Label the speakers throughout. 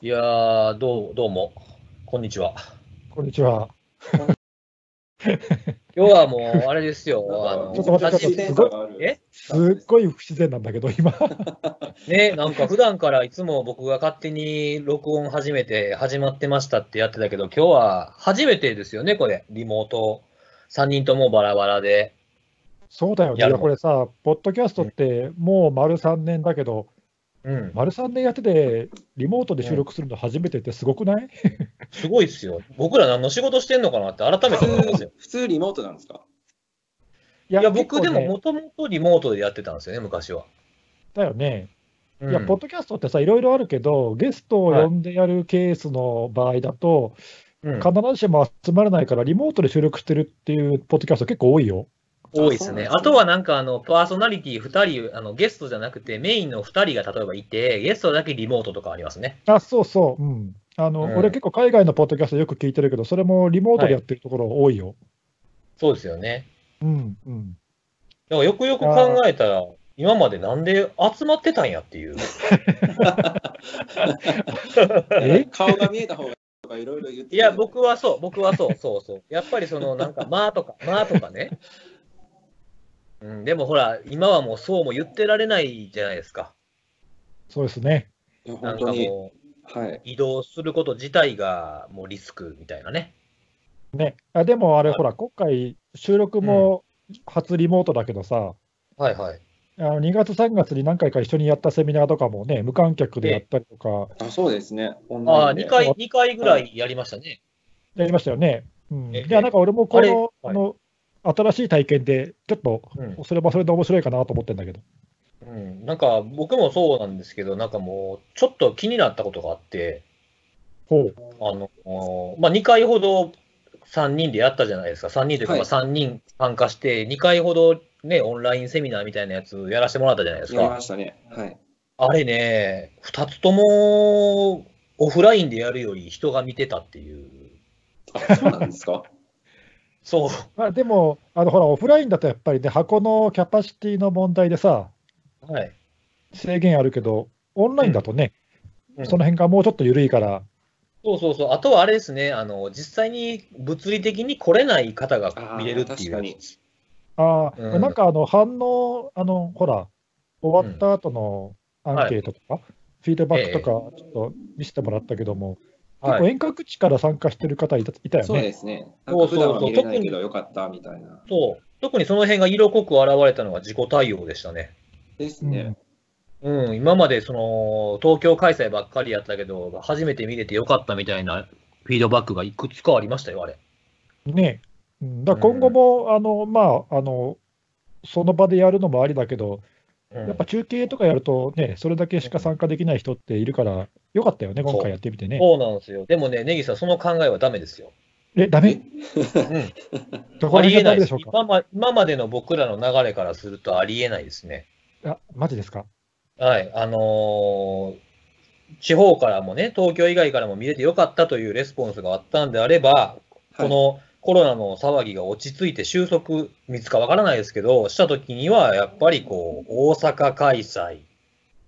Speaker 1: いやー、どう、どうも、こんにちは。
Speaker 2: こんにちは。
Speaker 1: 今日はもう、あれです よ
Speaker 3: なんか、
Speaker 1: あの、
Speaker 2: ちょっと待って
Speaker 1: 立
Speaker 2: ちょっと待って
Speaker 1: ち
Speaker 2: すごい
Speaker 1: え
Speaker 2: すっごい不自然なんだけど、今。
Speaker 1: ね、なんか普段からいつも僕が勝手に録音始めて、始まってましたってやってたけど、今日は初めてですよね、これ、リモート。3人ともバラバラで。
Speaker 2: そうだよね。
Speaker 1: や
Speaker 2: い
Speaker 1: る
Speaker 2: や、
Speaker 1: の
Speaker 2: これさ、ポッドキャストってもう丸3年だけど、
Speaker 1: うん、
Speaker 2: 丸3年やってて、リモートで収録するの初めてってすごくない、
Speaker 1: すごいですよ。僕ら何の仕事してんのかなって改めて思いますよ。
Speaker 3: 普通リモートなんですか
Speaker 1: い
Speaker 2: い
Speaker 1: や、僕で
Speaker 2: 結構
Speaker 1: も
Speaker 2: ね
Speaker 1: もともとリモートでやってたんですよね、昔は。
Speaker 2: だよね。
Speaker 1: うん
Speaker 2: いや、ポッドキャストってさ、いろいろあるけど、ゲストを呼んでやるケースの場合だと、
Speaker 1: うん
Speaker 2: 必ずしも集まらないから、リモートで収録してるっていうポッドキャスト結構多いよ。
Speaker 1: 多いです
Speaker 3: あそうなん
Speaker 1: ね。
Speaker 3: ですね
Speaker 1: あとはなんかあの、パーソナリティ2人、あのゲストじゃなくてメインの2人が例えばいて、ゲストだけリモートとかありますね。
Speaker 2: あ、そうそう。うん。あの、
Speaker 1: うん
Speaker 2: 俺結構海外のポッドキャストよく聞いてるけど、それもリモートでやってるところ多いよ。
Speaker 1: そうですよね。
Speaker 2: うん、 うん。
Speaker 1: だからよくよく考えたら、今までなんで集まってたんやっていう。
Speaker 2: え
Speaker 3: 顔が見えた方がとかいろいろ言って
Speaker 1: いや、僕はそう、僕は そう、そうそう。やっぱりその、なんか、まあとか、まあとかね。うん、でもほら、今はもうそうも言ってられないじゃないですか。
Speaker 2: そうですね。
Speaker 3: いや
Speaker 1: な
Speaker 3: 本
Speaker 1: ん
Speaker 3: 当
Speaker 1: か
Speaker 3: に、
Speaker 1: もう、
Speaker 3: はい、
Speaker 1: 移動すること自体がもうリスクみたいなね。
Speaker 2: ね。あでもあれ、ほら、今回、収録も初リモートだけどさ、
Speaker 1: はいはい。
Speaker 2: あの2月、3月に何回か一緒にやったセミナーとかもね、無観客でやったりとか、
Speaker 3: あそうですね、オン
Speaker 1: あ
Speaker 3: ライ
Speaker 1: あ、
Speaker 3: ンで
Speaker 1: 2回、二回ぐらいやりましたね。
Speaker 2: やりましたよね。うん、
Speaker 1: ええ
Speaker 2: いや、なんか俺もこの
Speaker 1: あ
Speaker 2: あ
Speaker 1: れ
Speaker 2: の新しい体験で、ちょっと、
Speaker 1: うん
Speaker 2: それもそれで面白いかなと思ってんだけど。
Speaker 1: うん、なんか、僕もそうなんですけど、なんかもう、ちょっと気になったことがあって、
Speaker 2: ほう。
Speaker 1: あの、まあ、2回ほど3人でやったじゃないですか。3人というか、
Speaker 3: はい
Speaker 1: まあ3人参加して、2回ほどね、オンラインセミナーみたいなやつやらせてもらったじゃないです
Speaker 3: やり
Speaker 1: か
Speaker 3: ま。したね。はい、
Speaker 1: あれね、2つともオフラインでやるより人が見てたっていう。
Speaker 3: あそうなんで すか
Speaker 1: そう。
Speaker 2: まあ、でも、あのほら、オフラインだとやっぱりね、箱のキャパシティの問題でさ、
Speaker 1: はい。
Speaker 2: 制限あるけど、オンラインだとね、
Speaker 1: うん
Speaker 2: その辺がもうちょっと緩いから、
Speaker 1: そうそうそう。あとはあれですね、あの、実際に物理的に来れない方が見れるってい
Speaker 3: あー確か
Speaker 1: う
Speaker 3: に。
Speaker 2: ああ、
Speaker 1: うん
Speaker 2: なんかあの反応、あのほら、終わった後のアンケートとか、フィードバックとか、ちょっと見せてもらったけども、結構
Speaker 1: はい。
Speaker 2: 遠隔地から参加してる方いたいたよ
Speaker 3: そう
Speaker 2: ね。
Speaker 3: ですね。な
Speaker 1: そ
Speaker 3: ん
Speaker 1: う
Speaker 3: か
Speaker 1: そ
Speaker 3: 普
Speaker 1: うそう
Speaker 3: 段は見れないけどよかったみたいな。
Speaker 1: そう。特にその辺が色濃く現れたのが自己対応でしたね。
Speaker 3: ですね。
Speaker 1: うん、今までその東京開催ばっかりやったけど、初めて見れてよかったみたいなフィードバックがいくつかありましたよ、あれ。
Speaker 2: ねうんだから今後も、あのまああの、その場でやるのもありだけど、
Speaker 1: うん
Speaker 2: やっぱ中継とかやると、ね、それだけしか参加できない人っているから、よかったよね、
Speaker 1: そう
Speaker 2: 今回やってみてね。
Speaker 1: そうなんですよ。でもね、根岸さん、その考えはダメです よ。
Speaker 2: え、ダメ
Speaker 1: うん、
Speaker 2: どこ
Speaker 1: あ
Speaker 2: ら
Speaker 1: り
Speaker 2: 辺
Speaker 1: えない
Speaker 2: がダメ
Speaker 1: で
Speaker 2: ですしょうか
Speaker 1: 今ま。今までの僕らの流れからするとありえないですね。
Speaker 2: あ、マジですか
Speaker 1: はい、あのー地方からもね、東京以外からも見れてよかったというレスポンスがあったんであれば、
Speaker 3: は
Speaker 1: こ
Speaker 3: い
Speaker 1: のコロナの騒ぎが落ち着いて収束、いつかわからないですけど、したときには、やっぱりこう、大阪開催、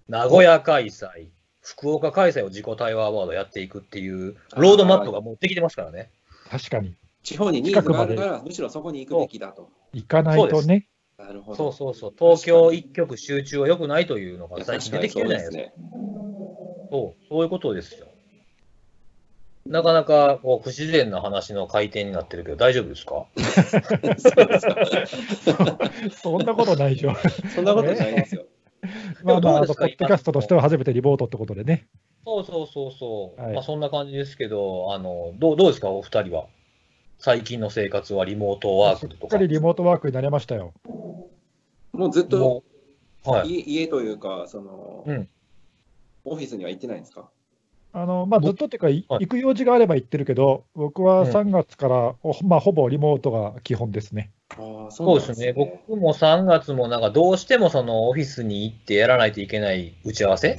Speaker 1: 名古屋開催、福岡開催を自己対話アワードやっていくっていう、ロードマップが持ってきてますからね。
Speaker 2: 確かに。
Speaker 3: 地方にニーズがあるから、むしろそこに行くべきだと。
Speaker 2: 行かない
Speaker 1: そう
Speaker 2: とね。
Speaker 3: なるほ
Speaker 1: そう
Speaker 3: ど。
Speaker 1: そうそう、東京一極集中は良くないというの
Speaker 3: い
Speaker 1: が
Speaker 3: や
Speaker 1: 最近
Speaker 3: 確か
Speaker 1: 出
Speaker 3: に
Speaker 1: てきてる
Speaker 3: そう
Speaker 1: じゃないで
Speaker 3: で
Speaker 1: すすか。
Speaker 3: ね。
Speaker 1: そう、そういうことですよ。なかなかこう不自然な話の回転になってるけど、大丈夫ですか
Speaker 3: そうですか
Speaker 2: そんなことないでしょ。
Speaker 3: そんなことないで すよ。
Speaker 2: まあまあ、
Speaker 1: どう
Speaker 2: あ
Speaker 1: です
Speaker 2: の
Speaker 1: か
Speaker 2: ポッドキャストとしては初めてリモートってことでね。
Speaker 1: そうそうそうそう、
Speaker 2: はい
Speaker 1: まあそんな感じですけど、あのどうどうですか、お二人は。最近の生活はリモートワーク
Speaker 2: し
Speaker 1: とか。
Speaker 2: っかりリモートワークになりましたよ。
Speaker 3: もうずっと
Speaker 1: もうはい。
Speaker 3: い家というか、その、
Speaker 1: うん
Speaker 3: オフィスには行ってないんですか
Speaker 2: あのまあ、
Speaker 1: ぼ
Speaker 2: ずっとっていうか、い
Speaker 1: はい
Speaker 2: 行く用事があれば行ってるけど、僕は
Speaker 1: うん
Speaker 2: 3月から、おまあ、ほぼリモートが基本ですね。
Speaker 3: ああ、
Speaker 1: そうですね、僕も3月もなんかどうしてもそのオフィスに行ってやらないといけない打ち合わせ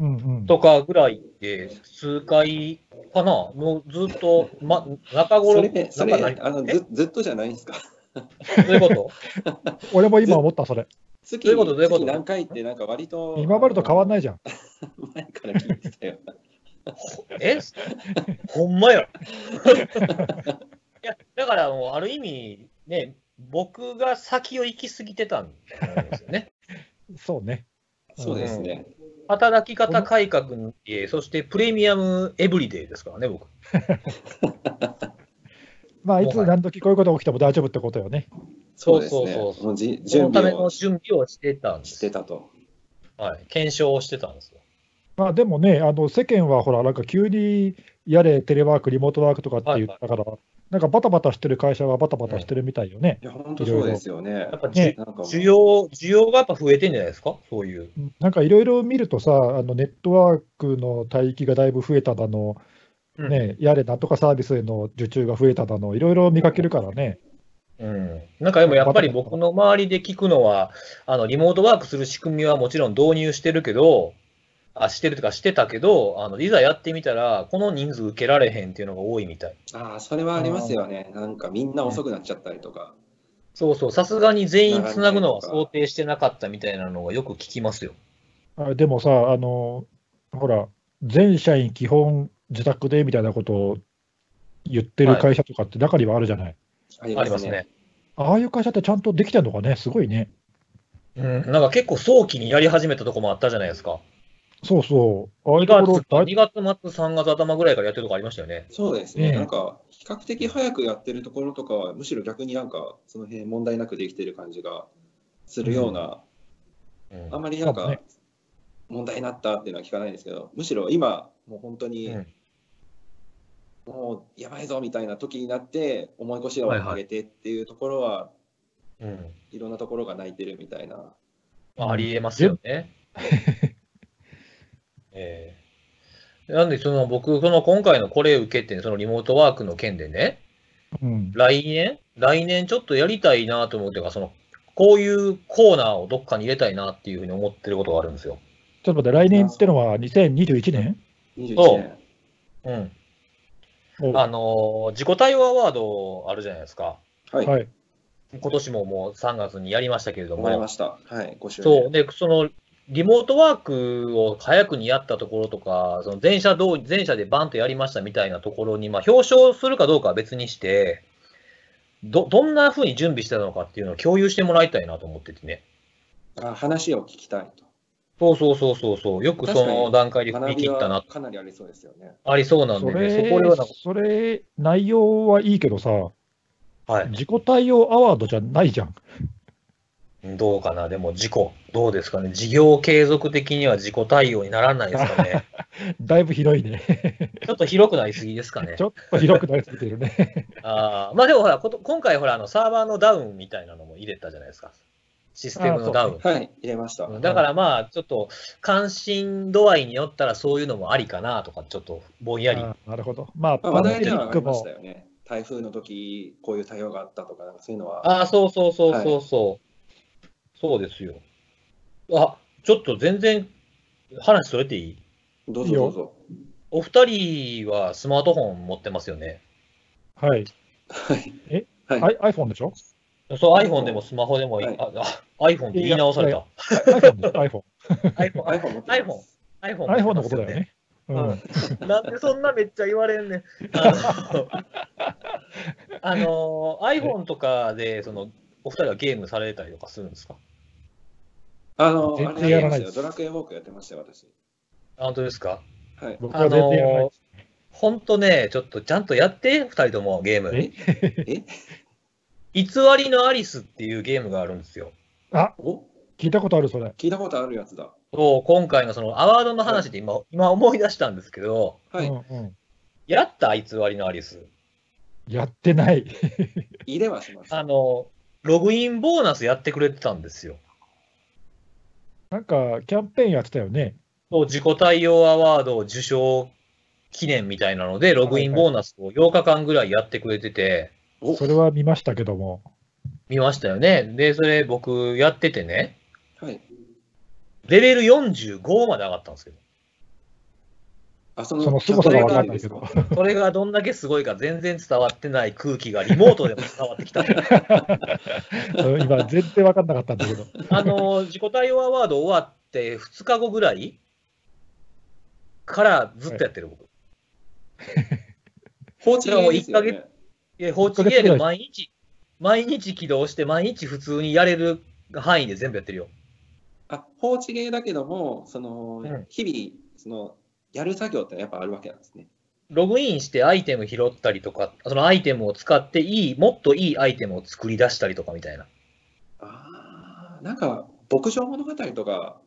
Speaker 2: うんうん、
Speaker 1: とかぐらいで、数回かな、もうずっと、ま、中
Speaker 3: そ
Speaker 1: 頃、
Speaker 3: れ、それ、
Speaker 1: 中何
Speaker 3: あの
Speaker 1: え
Speaker 3: ずずっとじゃないんですか。
Speaker 1: どういうこと
Speaker 2: 俺も今思った、それ。
Speaker 3: 月
Speaker 1: どういうことどういうこと
Speaker 3: 月何回って、なんか割と。
Speaker 2: 今までと変わんないじゃん。
Speaker 3: 前から聞いてたよ。
Speaker 1: え ほんまや。いや、だからもう、ある意味、ね、僕が先を行き過ぎてたんですよね。
Speaker 2: そうね。
Speaker 3: そうですね。
Speaker 1: 働き方改革に、えーそしてプレミアムエブリデイですからね、僕。
Speaker 2: まあ、いつ何時こういうことが起きても大丈夫ってことよね。
Speaker 3: そうですね。
Speaker 1: そうそうそう
Speaker 3: もう
Speaker 1: そ
Speaker 3: じ
Speaker 1: の
Speaker 3: 準
Speaker 1: ため
Speaker 3: 備
Speaker 1: の
Speaker 3: を
Speaker 1: 準備をしてたんで
Speaker 3: し
Speaker 1: す
Speaker 3: て。たと。
Speaker 1: はい、検証をしてたんですよ。
Speaker 2: まあ、でもね、あの世間はほら、なんか急にやれ、テレワーク、リモートワークとかって言ったから、なんかバタバタしてる会社はバタバタしてるみたいよね。
Speaker 3: いや、本当そうですよね。や
Speaker 1: やっぱ、
Speaker 2: ね
Speaker 3: なんかもう
Speaker 1: 需要、需要がやっぱ増えてんじゃないですか、そういう。
Speaker 2: なんかいろいろ見るとさ、あのネットワークの帯域がだいぶ増えただの、
Speaker 1: うん
Speaker 2: ね、やれなんとかサービスへの受注が増えただの、いろいろ見かけるからね。
Speaker 1: うん、なんかでもやっぱり僕の周りで聞くのは、あのリモートワークする仕組みはもちろん導入してるけど、あしてるとかしてたけど、あのいざやってみたら、この人数受けられへんっていうのが多いみたい。
Speaker 3: ああ、それはありますよね。なんかみんな遅くなっちゃったりとか。
Speaker 1: そうそう、さすがに全員つなぐのは想定してなかったみたいなのがよく聞きますよ。
Speaker 2: あでもさ、あのほら、全社員基本自宅でみたいなことを言ってる会社とかって中にはあるじゃない。
Speaker 3: あ
Speaker 1: あります。ね。
Speaker 2: ああいう会社ってちゃんとできてるのかね、すごいね。
Speaker 1: うん、なんか結構早期にやり始めたとこもあったじゃないですか。
Speaker 2: そうそう、ああ
Speaker 1: 2
Speaker 2: いうところ
Speaker 1: 月、
Speaker 2: 大
Speaker 1: 2月末、3月頭ぐらいからやってるとこありましたよね。
Speaker 3: そうです
Speaker 2: え
Speaker 3: ね。
Speaker 2: え
Speaker 3: なんか比較的早くやってるところとかは、むしろ逆になんかその辺問題なくできてる感じがするような、
Speaker 1: うん
Speaker 3: あんまりなん
Speaker 2: そう
Speaker 3: か
Speaker 2: ね
Speaker 3: 問題になったっていうのは聞かないんですけど、むしろ今、もう本当に、
Speaker 1: うん
Speaker 3: もうやばいぞみたいな時になって、重い腰を上げてっていうところは、
Speaker 1: うん
Speaker 3: いろんなところが泣いてるみたいな。
Speaker 1: まあ、ありえますよね。 ええなんで、その僕、その今回のこれ受けて、そのリモートワークの件でね、
Speaker 2: うん、
Speaker 1: 来年、来年ちょっとやりたいなと思うというか、その、こういうコーナーをどっかに入れたいなっていうふうに思ってることがあるんですよ。
Speaker 2: ちょっと待って、来年ってのは2021年
Speaker 3: 21年。
Speaker 1: うん。
Speaker 2: お
Speaker 1: あのー自己対応アワードあるじゃないですか。
Speaker 3: はい、
Speaker 2: はい、
Speaker 1: 今年ももう3月にやりましたけれど
Speaker 3: 終わりま
Speaker 1: も、
Speaker 3: した。はい、5周年。
Speaker 1: そう、で、その、リモートワークを早くにやったところとか、その前者どう前者でバンとやりましたみたいなところに、まあ、表彰するかどうかは別にして、どどんなふうに準備してたのかっていうのを共有してもらいたいなと思っててね。
Speaker 3: あ話を聞きたいと。
Speaker 1: そうそうそうそうそう、よくそ
Speaker 3: 確か
Speaker 1: の
Speaker 3: に
Speaker 1: 段階で踏み
Speaker 3: 学
Speaker 1: 切
Speaker 3: び
Speaker 1: ったな
Speaker 3: は、かなりありそうですよね。
Speaker 1: ありそうなん
Speaker 2: そ
Speaker 1: でね、
Speaker 2: れ
Speaker 1: そこではなんか、
Speaker 2: それ、内容はいいけどさ、
Speaker 1: はい、
Speaker 2: 自己対応アワードじゃないじゃん。
Speaker 1: どうかな、でも事故、どうですかね、事業継続的には自己対応にならないですか ね。
Speaker 2: だいぶ広いね。
Speaker 1: ちょっと広くなりすぎですかね
Speaker 2: ち。ょっと広くなりすぎてるね。
Speaker 1: あーまあでもほら、こと今回ほらあの、サーバーのダウンみたいなのも入れたじゃないですか。システムのダウン。
Speaker 3: はい、入れました。
Speaker 1: うんだからまあ、ちょっと関心度合いによったらそういうのもありかなとか、ちょっとぼんやり。
Speaker 2: あなるほど。まあ、
Speaker 3: ま
Speaker 2: パ
Speaker 3: あ、
Speaker 2: ン
Speaker 3: 話題
Speaker 2: デ
Speaker 3: で
Speaker 2: ミ
Speaker 3: は
Speaker 2: ッ
Speaker 3: あり
Speaker 2: ク
Speaker 3: ました
Speaker 2: も、
Speaker 3: よね。台風の時こういう対応があったとか、なんかそういうのは。
Speaker 1: ああ、そうそうそうそうそう。そうですよ。あ、ちょっと全然話それていい
Speaker 3: どうぞどうぞ。
Speaker 1: お二人はスマートフォン持ってますよね。
Speaker 2: はい、
Speaker 3: はい。
Speaker 2: アイ iPhone でしょ
Speaker 1: そう、iPhone でもスマホでもいい。
Speaker 3: はい
Speaker 1: ああ iPhone って言い直された。
Speaker 2: ?iPhone でしょ
Speaker 1: iPhone。
Speaker 2: ?iPhone。
Speaker 3: iPhone 持ってます
Speaker 1: iPhone 持ってますよね
Speaker 2: iPhone のことだよね。うん
Speaker 1: うんなんでそんなめっちゃ言われんねん。あの、あの iPhone とかで、その、お二人はゲームされたりとかするんですか
Speaker 3: あの、
Speaker 2: 全
Speaker 3: あ
Speaker 2: 然
Speaker 3: れや
Speaker 2: や
Speaker 3: り
Speaker 2: らな
Speaker 3: ま
Speaker 2: い
Speaker 3: した
Speaker 2: で
Speaker 3: よ。
Speaker 2: す
Speaker 3: ドラクエウォークやってましたよ、私。
Speaker 1: あ本当ですか
Speaker 3: はい。
Speaker 2: 僕
Speaker 1: あ
Speaker 2: は全然やらない
Speaker 1: の。本当ね、ちょっとちゃんとやって、二人ともゲーム。
Speaker 2: え
Speaker 3: え
Speaker 1: 偽りのアリスっていうゲームがあるんですよ。
Speaker 2: あ、
Speaker 3: お
Speaker 2: 聞いたことある、それ。
Speaker 3: 聞いたことあるやつだ。
Speaker 1: そう今回のそのアワードの話で今、今思い出したんですけど、
Speaker 3: はい。
Speaker 2: うんうん
Speaker 1: やった偽りのアリス。
Speaker 2: やってない。
Speaker 3: 入れはします。
Speaker 1: あの、ログインボーナスやってくれてたんですよ。
Speaker 2: なんか、キャンペーンやってたよね。
Speaker 1: そう自己対応アワード受賞記念みたいなので、ログインボーナスを8日間ぐらいやってくれてて、
Speaker 3: お
Speaker 2: それは見ましたけども。
Speaker 1: 見ましたよね。で、それ僕やっててね、
Speaker 3: はい。
Speaker 1: レベル45まで上がったんですけど、
Speaker 3: あ、そ
Speaker 2: その凄さがわかんないけど。
Speaker 1: それがどんだけすごいか全然伝わってない空気がリモートでも伝わってき た。
Speaker 2: うん今、全然わかんなかったんだけど。
Speaker 1: あの、自己対応アワード終わって2日後ぐらいからずっとやってる、僕。
Speaker 3: 放置
Speaker 1: もう
Speaker 3: ですよ
Speaker 1: 一
Speaker 3: ね。
Speaker 1: いや、放置ゲーで毎日、毎日起動して、毎日普通にやれる範囲で全部やってるよ。
Speaker 3: あ放置ゲーだけども、その、
Speaker 1: うん
Speaker 3: 日々、その、やる作業ってやっぱあるわけなんですね。
Speaker 1: ログインしてアイテム拾ったりとか、そのアイテムを使っていい、もっといいアイテムを作り出したりとかみたいな。
Speaker 3: ああ、なんか、牧場物語とか、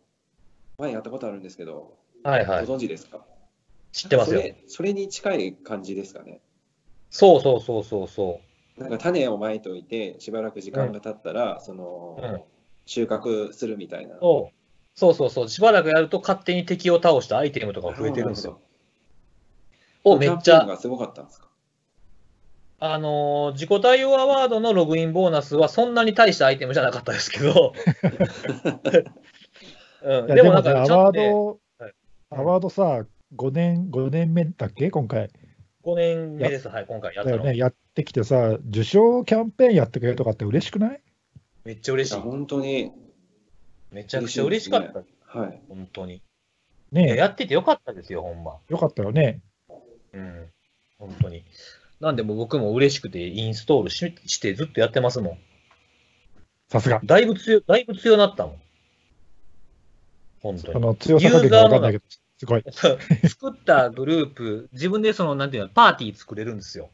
Speaker 3: 前やったことあるんですけど、
Speaker 1: はいはい。
Speaker 3: ご存知ですか
Speaker 1: 知ってますよ
Speaker 3: そ。れそれに近い感じですかね。
Speaker 1: そうそうそうそうそ
Speaker 3: なんか種をまいておいて、しばらく時間が経ったら、その、
Speaker 1: うん
Speaker 3: 収穫するみたいな
Speaker 1: う。。そうそうそうそう。しばらくやると勝手に敵を倒したアイテムとかが増えてるんですよ。を
Speaker 3: な
Speaker 1: め
Speaker 3: るほど。
Speaker 1: っち
Speaker 3: キャンペーン
Speaker 1: ゃ、
Speaker 3: がすごかったんですか
Speaker 1: あのー自己対応アワードのログインボーナスはそんなに大したアイテムじゃなかったですけ ど。うん、
Speaker 2: いや
Speaker 1: で
Speaker 2: で
Speaker 1: もな
Speaker 2: も
Speaker 1: ん
Speaker 2: ね、
Speaker 1: か
Speaker 2: ア
Speaker 1: ちゃん
Speaker 2: ワー
Speaker 1: と
Speaker 2: ド、
Speaker 1: はい
Speaker 2: アワードさ、5年、5年目だっけ、今回。
Speaker 1: 5年目です、はい、今回やっ
Speaker 2: だ
Speaker 1: た
Speaker 2: よ
Speaker 1: の。
Speaker 2: ね、やってきてさ、受賞キャンペーンやってくれるとかって嬉しくない
Speaker 1: めっちゃ嬉し
Speaker 3: いや
Speaker 1: い。
Speaker 3: 本当に、
Speaker 1: めちゃくちゃ嬉しかった、
Speaker 3: はい。
Speaker 1: 本当に。いや
Speaker 2: ね
Speaker 1: やっててよかったですよ、ほんま。
Speaker 2: え、よかったよね。
Speaker 1: うん、本当に。なんでもう僕も嬉しくてインストールししてずっとやってますも
Speaker 2: さすが
Speaker 1: ん。。だいぶ強、だいぶ強なったもん。本当
Speaker 2: あ
Speaker 1: に。
Speaker 2: の強さ加減が分かんないけど、すごい。
Speaker 1: 作ったグループ、自分でその、なんていうの、パーティー作れるんですよ。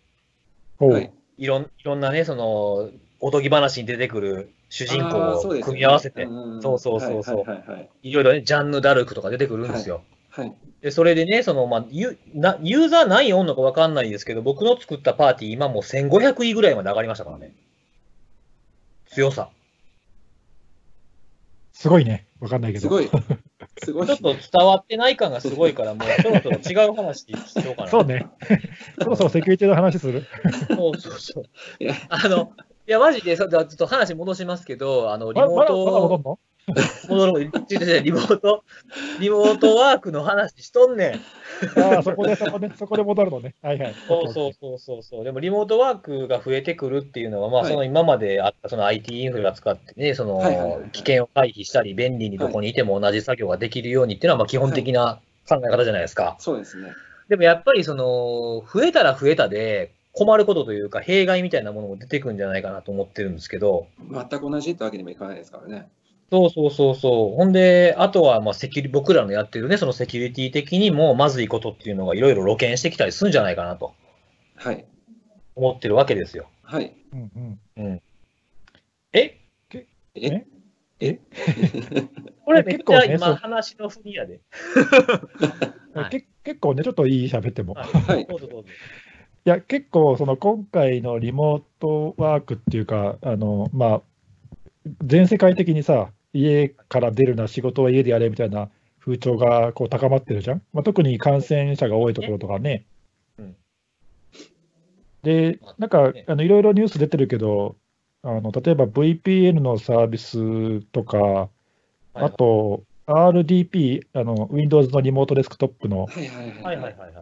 Speaker 2: おう
Speaker 3: はい
Speaker 1: いろん、いろんなね、その、おとぎ話に出てくる主人
Speaker 3: あー
Speaker 1: 公
Speaker 3: そうで
Speaker 1: を
Speaker 3: すよね
Speaker 1: 組み合わせて、
Speaker 3: んん
Speaker 1: そうそうそうそう
Speaker 3: はいはいはい
Speaker 1: いろいろね、ジャンヌ・ダルクとか出てくるんですよ。
Speaker 3: はい。はい
Speaker 1: で、それでね、その、まあ、ユなユーザー何位おんのか分かんないですけど、僕の作ったパーティー、今もう1500位ぐらいまで上がりましたからね。強さ。
Speaker 2: すごいね。分かんないけ
Speaker 3: す
Speaker 2: ど。
Speaker 3: ごい。 すごい
Speaker 1: ちょっと伝わってない感がすごいから、もうそろそろ違う話しようかな。
Speaker 2: そうね。 そろそろセキュリティの話する。
Speaker 1: そうそうそう
Speaker 3: いや
Speaker 1: あの、いや、マジで、そうちょっと話戻しますけど、あの、リ
Speaker 2: まだ
Speaker 1: モ
Speaker 2: ま
Speaker 1: ー
Speaker 2: だまだ戻
Speaker 1: ト、
Speaker 2: んの
Speaker 1: 戻る、違う違うリモート、リモートワークの話しとんねん。
Speaker 2: ああ、そこで、そこで、 そこで戻るのね。はいはい。
Speaker 1: そうそうそうそうそう。でもリモートワークが増えてくるっていうのは、まあ
Speaker 3: はい
Speaker 1: その今まであったその IT インフラ使ってね、そ
Speaker 3: はいはいはいは
Speaker 1: の
Speaker 3: い
Speaker 1: 危険を回避したり、便利にどこにいても同じ作業ができるようにっていうのはまあ基本的な考え方じゃないですか。
Speaker 3: そうですね。
Speaker 1: でもやっぱりその増えたら増えたで困ることというか弊害みたいなものも出てくるんじゃないかなと思ってるんですけど。
Speaker 3: 全く同じってわけにもいかないですからね。
Speaker 1: そうそうそうそう。ほんで、あとはまあセキュリ僕らのやってるね、そのセキュリティ的にもまずいことっていうのがいろいろ露見してきたりするんじゃないかなと
Speaker 3: はい。
Speaker 1: 思ってるわけですよ。
Speaker 3: はい。
Speaker 2: うんうん。
Speaker 1: え
Speaker 3: え
Speaker 1: これめっ
Speaker 2: 結
Speaker 1: ち
Speaker 2: 構
Speaker 1: ゃ
Speaker 2: ねそ
Speaker 1: 今
Speaker 2: う
Speaker 1: 話の振りやで。はい
Speaker 2: け結構ね、ちょっといい喋っても。
Speaker 1: はい
Speaker 3: はい
Speaker 1: どうぞどうぞ。
Speaker 2: いや、結構、その今回のリモートワークっていうか、あの、まあ、全世界的にさ、家から出るな、仕事は家でやれみたいな風潮がこう高まってるじゃん。まあ、特に感染者が多いところとかね
Speaker 1: うん。
Speaker 2: で、なんか、あのいろいろニュース出てるけど、あの例えば VPN のサービスとか、
Speaker 1: はいは
Speaker 2: あ
Speaker 1: い
Speaker 2: と RDP、あの Windows のリモートデスクトップの
Speaker 3: はいはい
Speaker 1: は
Speaker 3: はいい。
Speaker 1: はいはいはい。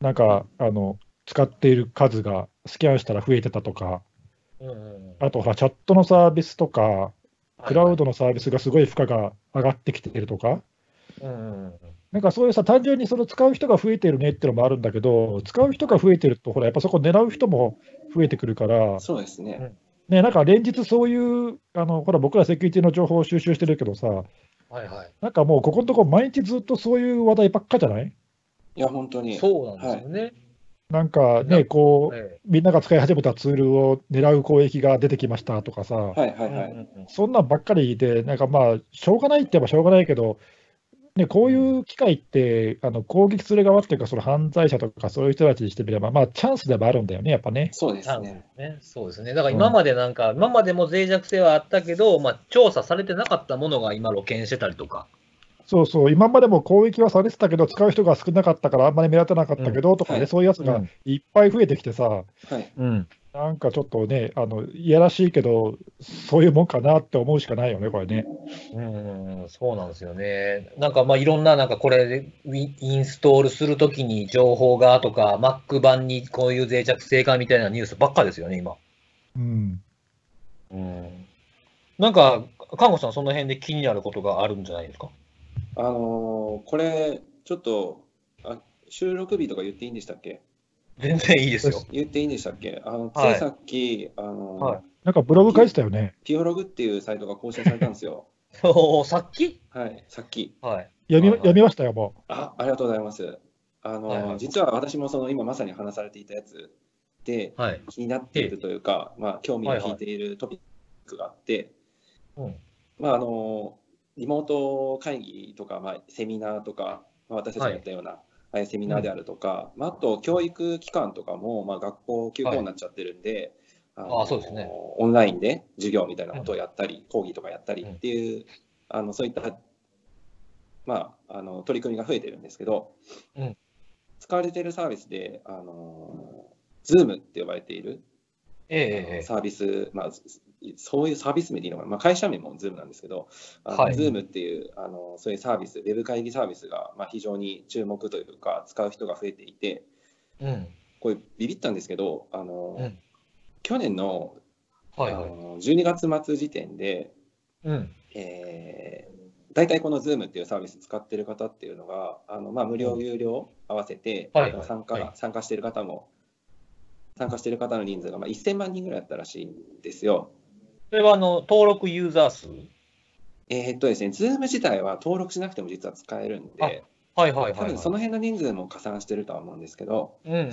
Speaker 2: なんか、あの、使っている数がスキャンしたら増えてたとか、
Speaker 1: うんうんうん
Speaker 2: あとほら、チャットのサービスとか、クラウ
Speaker 1: ド。
Speaker 2: ドのサービスがすごい負荷が上がってきてるとか、
Speaker 1: うんうんうん
Speaker 2: なんかそういうさ、単純にその使う人が増えてるねってのもあるんだけど、使う人が増えてると、ほら、やっぱそこ狙う人も増えてくるから、
Speaker 3: そうですね。
Speaker 2: ね、なんか連日そういう、あの、ほら、僕らセキュリティの情報を収集してるけどさ、
Speaker 1: はいはい。
Speaker 2: なんかもうここのとこ毎日ずっとそういう話題ばっかじゃない
Speaker 3: いや、本当に。
Speaker 1: そうなんですよね。
Speaker 2: なんかね、こう、
Speaker 1: え
Speaker 2: みんなが使い始めたツールを狙う攻撃が出てきましたとかさ、
Speaker 3: はいは
Speaker 1: え
Speaker 3: いはい。
Speaker 1: うんうんうん
Speaker 2: そんなんばっかりで、なんかまあ、しょうがないって言えばしょうがないけど、ね、こういう機会って、あの攻撃する側っていうか、その犯罪者とかそういう人たちにしてみれば、まあ、チャンスでもあるんだよね、やっぱね。
Speaker 3: そうで
Speaker 1: チャ
Speaker 3: す
Speaker 1: ンス
Speaker 3: ね
Speaker 1: で。すねそうですね。だから今までなんか、今までも脆弱性はあったけど、まあ、調査されてなかったものが今露見してたりとか。
Speaker 2: そうそう、今までも攻撃はされてたけど、使う人が少なかったから、あんまり目立たなかったけどとかね、
Speaker 3: はい
Speaker 2: そういうやつがいっぱい増えてきてさ、
Speaker 3: はい。
Speaker 1: うん。
Speaker 2: なんかちょっとね、あのいやらしいけど、そういうもんかなって思うしかないよね、これね。
Speaker 1: うんうんうん、そうなんですよね。なんかまあいろんななんかこれでウィインストールするときに情報がとか Mac 版にこういう脆弱性がみたいなニュースばっかですよね、今。
Speaker 2: うん、
Speaker 1: うんなんか、看護師さん、その辺で気になることがあるんじゃないですか
Speaker 3: あのーこれ、ちょっと収録日とか言っていいんでしたっけ
Speaker 1: 全然いい ですよ。
Speaker 3: 言っていいんでしたっけあの、つ
Speaker 1: はい
Speaker 3: いさっき、あの、
Speaker 1: はい
Speaker 2: なんかブログ書いてたよね。
Speaker 3: ピオログっていうサイトが更新されたんですよ。
Speaker 1: おーさっき
Speaker 3: はい、さっき。
Speaker 1: はい。
Speaker 2: 読み
Speaker 1: はいはい
Speaker 2: 読みましたよ、も
Speaker 3: あ、ありがとうございます。あの、
Speaker 1: はいはい
Speaker 3: 実は私もその今まさに話されていたやつで
Speaker 1: はい。
Speaker 3: 気になっているというか、まあ、興味が引いているトピックがあって、
Speaker 1: うん。
Speaker 3: まあ、あのリモート会議とか、まあ、セミナーとか、まあ、私たちがやったような、ああいうセミナーであるとか、まあ、あと教育機関とかも、まあ、学校休校になっちゃってるんで、の
Speaker 1: あそうですね
Speaker 3: オンラインで授業みたいなことをやったり、講義とかやったりっていう、あのそういった、まあ、あの取り組みが増えてるんですけど、
Speaker 1: うん
Speaker 3: 使われているサービスで、あの Zoom って呼ばれている
Speaker 1: ええええええ。
Speaker 3: サービス、まあ、そういうサービス名でいいのかな、まあ、会社名も Zoom なんですけど、あの
Speaker 1: はい
Speaker 3: Zoom っていうあのそういうサービス、ウェブ会議サービスが、まあ、非常に注目というか、使う人が増えていて、
Speaker 1: うん。
Speaker 3: これ、ビビったんですけど、あの
Speaker 1: うん
Speaker 3: 去年の,、
Speaker 1: はい
Speaker 3: あ
Speaker 1: はい。
Speaker 3: の12月末時点で、
Speaker 1: うん。
Speaker 3: えー、大体この Zoom っていうサービス使ってる方っていうのが、あのまあ、無料、有料合わせて、
Speaker 1: はいはい
Speaker 3: 参加
Speaker 1: はい
Speaker 3: 参加してる方も、参加してる方の人数が、まあ、1000万人ぐらいだったらしいんですよ。
Speaker 1: それは、あの、登録ユーザー数
Speaker 3: えーっとですね、Zoom 自体は登録しなくても実は使えるんで、
Speaker 1: はいはい
Speaker 3: 多
Speaker 1: はい、はい。
Speaker 3: 分その辺の人数も加算してるとは思うんですけど、
Speaker 1: うんうんうん。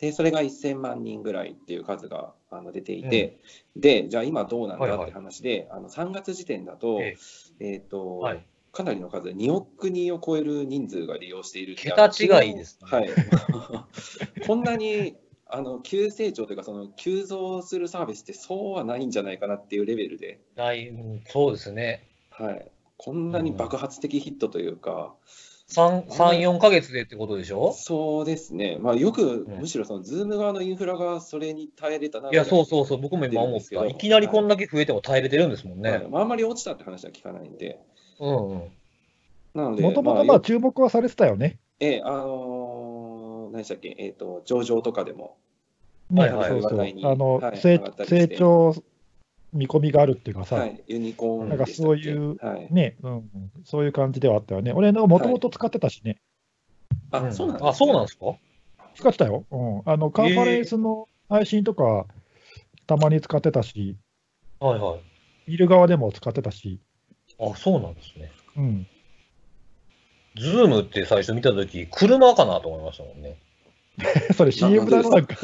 Speaker 3: でそれが1000万人ぐらいっていう数があの出ていて、で、じゃあ今どうなん
Speaker 1: はい
Speaker 3: だ
Speaker 1: はい
Speaker 3: って話で、あの3月時点だと、
Speaker 1: え
Speaker 3: えーっと、
Speaker 1: はい。
Speaker 3: かなりの数、2億人を超える人数が利用しているって
Speaker 1: 桁違いですね
Speaker 3: はい。 こんなにあの急成長というか、その急増するサービスってそうはないんじゃないかなっていうレベルで、
Speaker 1: ない、うんそうですね。
Speaker 3: はい、こんなに爆発的ヒットというか、
Speaker 1: 3、3 4ヶ月でってことでしょ
Speaker 3: そうですね、まあ、よく、
Speaker 1: ね
Speaker 3: むしろその Zoom 側のインフラがそれに耐えれたなみ
Speaker 1: い
Speaker 3: た
Speaker 1: や、
Speaker 3: な
Speaker 1: そうそうそう、僕も今思った。
Speaker 3: 出るんですけど
Speaker 1: いきなりこんだけ増えても耐えれてるんですもんね。
Speaker 3: はいまああんまり落ちたって話は聞かないんで、
Speaker 1: うんうん。
Speaker 3: なの
Speaker 2: う。
Speaker 3: で、
Speaker 2: もともと
Speaker 3: ま
Speaker 2: ま
Speaker 3: あ
Speaker 2: あ、注目はされてたよね。
Speaker 3: ええあのー何でしたっけ、えっと、上場とかでも、
Speaker 2: ね
Speaker 1: はいはい
Speaker 2: そうそう。
Speaker 3: 話題に
Speaker 2: あの、
Speaker 3: はい
Speaker 2: 成
Speaker 3: 上がったりし
Speaker 2: 成
Speaker 3: て
Speaker 2: 長見込みがあるっていうかさ、
Speaker 3: はい、ユニコーン
Speaker 2: なんか
Speaker 3: でしたっけ
Speaker 2: そういう
Speaker 3: はい、
Speaker 2: ね、うんうん、そういう感じではあったよね。俺のもともと使ってたしね、
Speaker 3: あ、
Speaker 1: うん
Speaker 3: そうなんです、
Speaker 1: あ、そうなんですか
Speaker 2: 使ってたよ。うん。あの、カンファレンスの配信とか、たまに使ってたし、
Speaker 1: はいはい。
Speaker 2: 見る側でも使ってたし、
Speaker 1: あ、そうなんですね。
Speaker 2: うん。
Speaker 1: ズームって最初見たとき、車かなと思いましたもんね。
Speaker 2: それ CM だろ、なんか。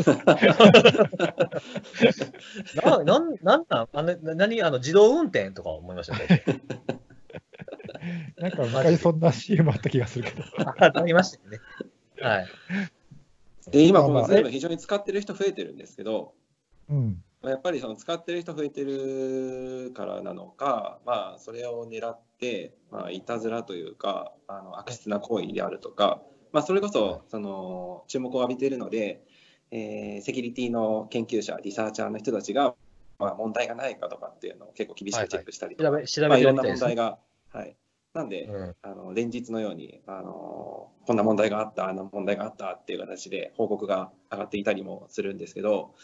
Speaker 1: な、なん、なんなんあの、な何、あの、自動運転とか思いました ね。
Speaker 2: なんか昔そんな CM あった気がするけど。
Speaker 1: あ、なりましたよね。はい。
Speaker 3: で今、こ
Speaker 2: まあ
Speaker 3: の
Speaker 2: まあ
Speaker 3: Zoom 非常に使ってる人増えてるんですけど、
Speaker 2: うん。
Speaker 3: まあやっぱりその使ってる人増えてるからなのか、まあ、それを狙って、まあ、いたずらというかあの悪質な行為であるとか、まあ、それこそその注目を浴びているので、えーセキュリティの研究者リサーチャーの人たちが、まあ、問題がないかとかっていうのを結構厳しくチェックしたりとか、
Speaker 1: 調べ、調
Speaker 3: まあ、
Speaker 1: べ
Speaker 3: い
Speaker 1: て
Speaker 3: ろ
Speaker 1: るみ
Speaker 3: んな
Speaker 1: たい
Speaker 3: 問
Speaker 1: です、ね
Speaker 3: 題。が、はい、なんで、
Speaker 1: うん。
Speaker 3: あの連日のようにあのこんな問題があったあんな問題があったっていう形で報告が上がっていたりもするんですけど。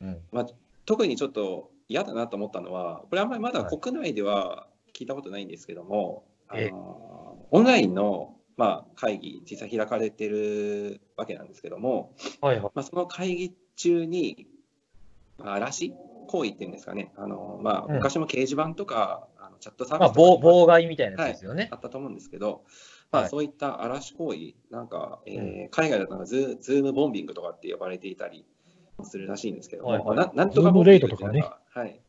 Speaker 1: うん。
Speaker 3: まあ、特にちょっと嫌だなと思ったのは、これあんまりまだ国内では聞いたことないんですけども、
Speaker 1: はいええ
Speaker 3: あのオンラインの、まあ、会議、実際開かれてるわけなんですけども、
Speaker 1: はいはい。
Speaker 3: まあ、その会議中に、まあ、荒らし行為っていうんですかね、あのまあ、
Speaker 1: うん
Speaker 3: 昔も掲示板とか、あのチャットサービ
Speaker 1: まあ、
Speaker 3: スと
Speaker 1: 妨
Speaker 3: か
Speaker 1: 妨害みたいなやつですよね。
Speaker 3: あったと思うんですけど、ま
Speaker 1: は
Speaker 3: あ、
Speaker 1: い
Speaker 3: そういった荒らし行為、なんか、えー海外だとズズームボンビングとかって呼ばれていたりするらしいんですけども、
Speaker 1: はいはい
Speaker 3: まあななんとかボンビングっていうのが
Speaker 2: ズームレイト
Speaker 3: はい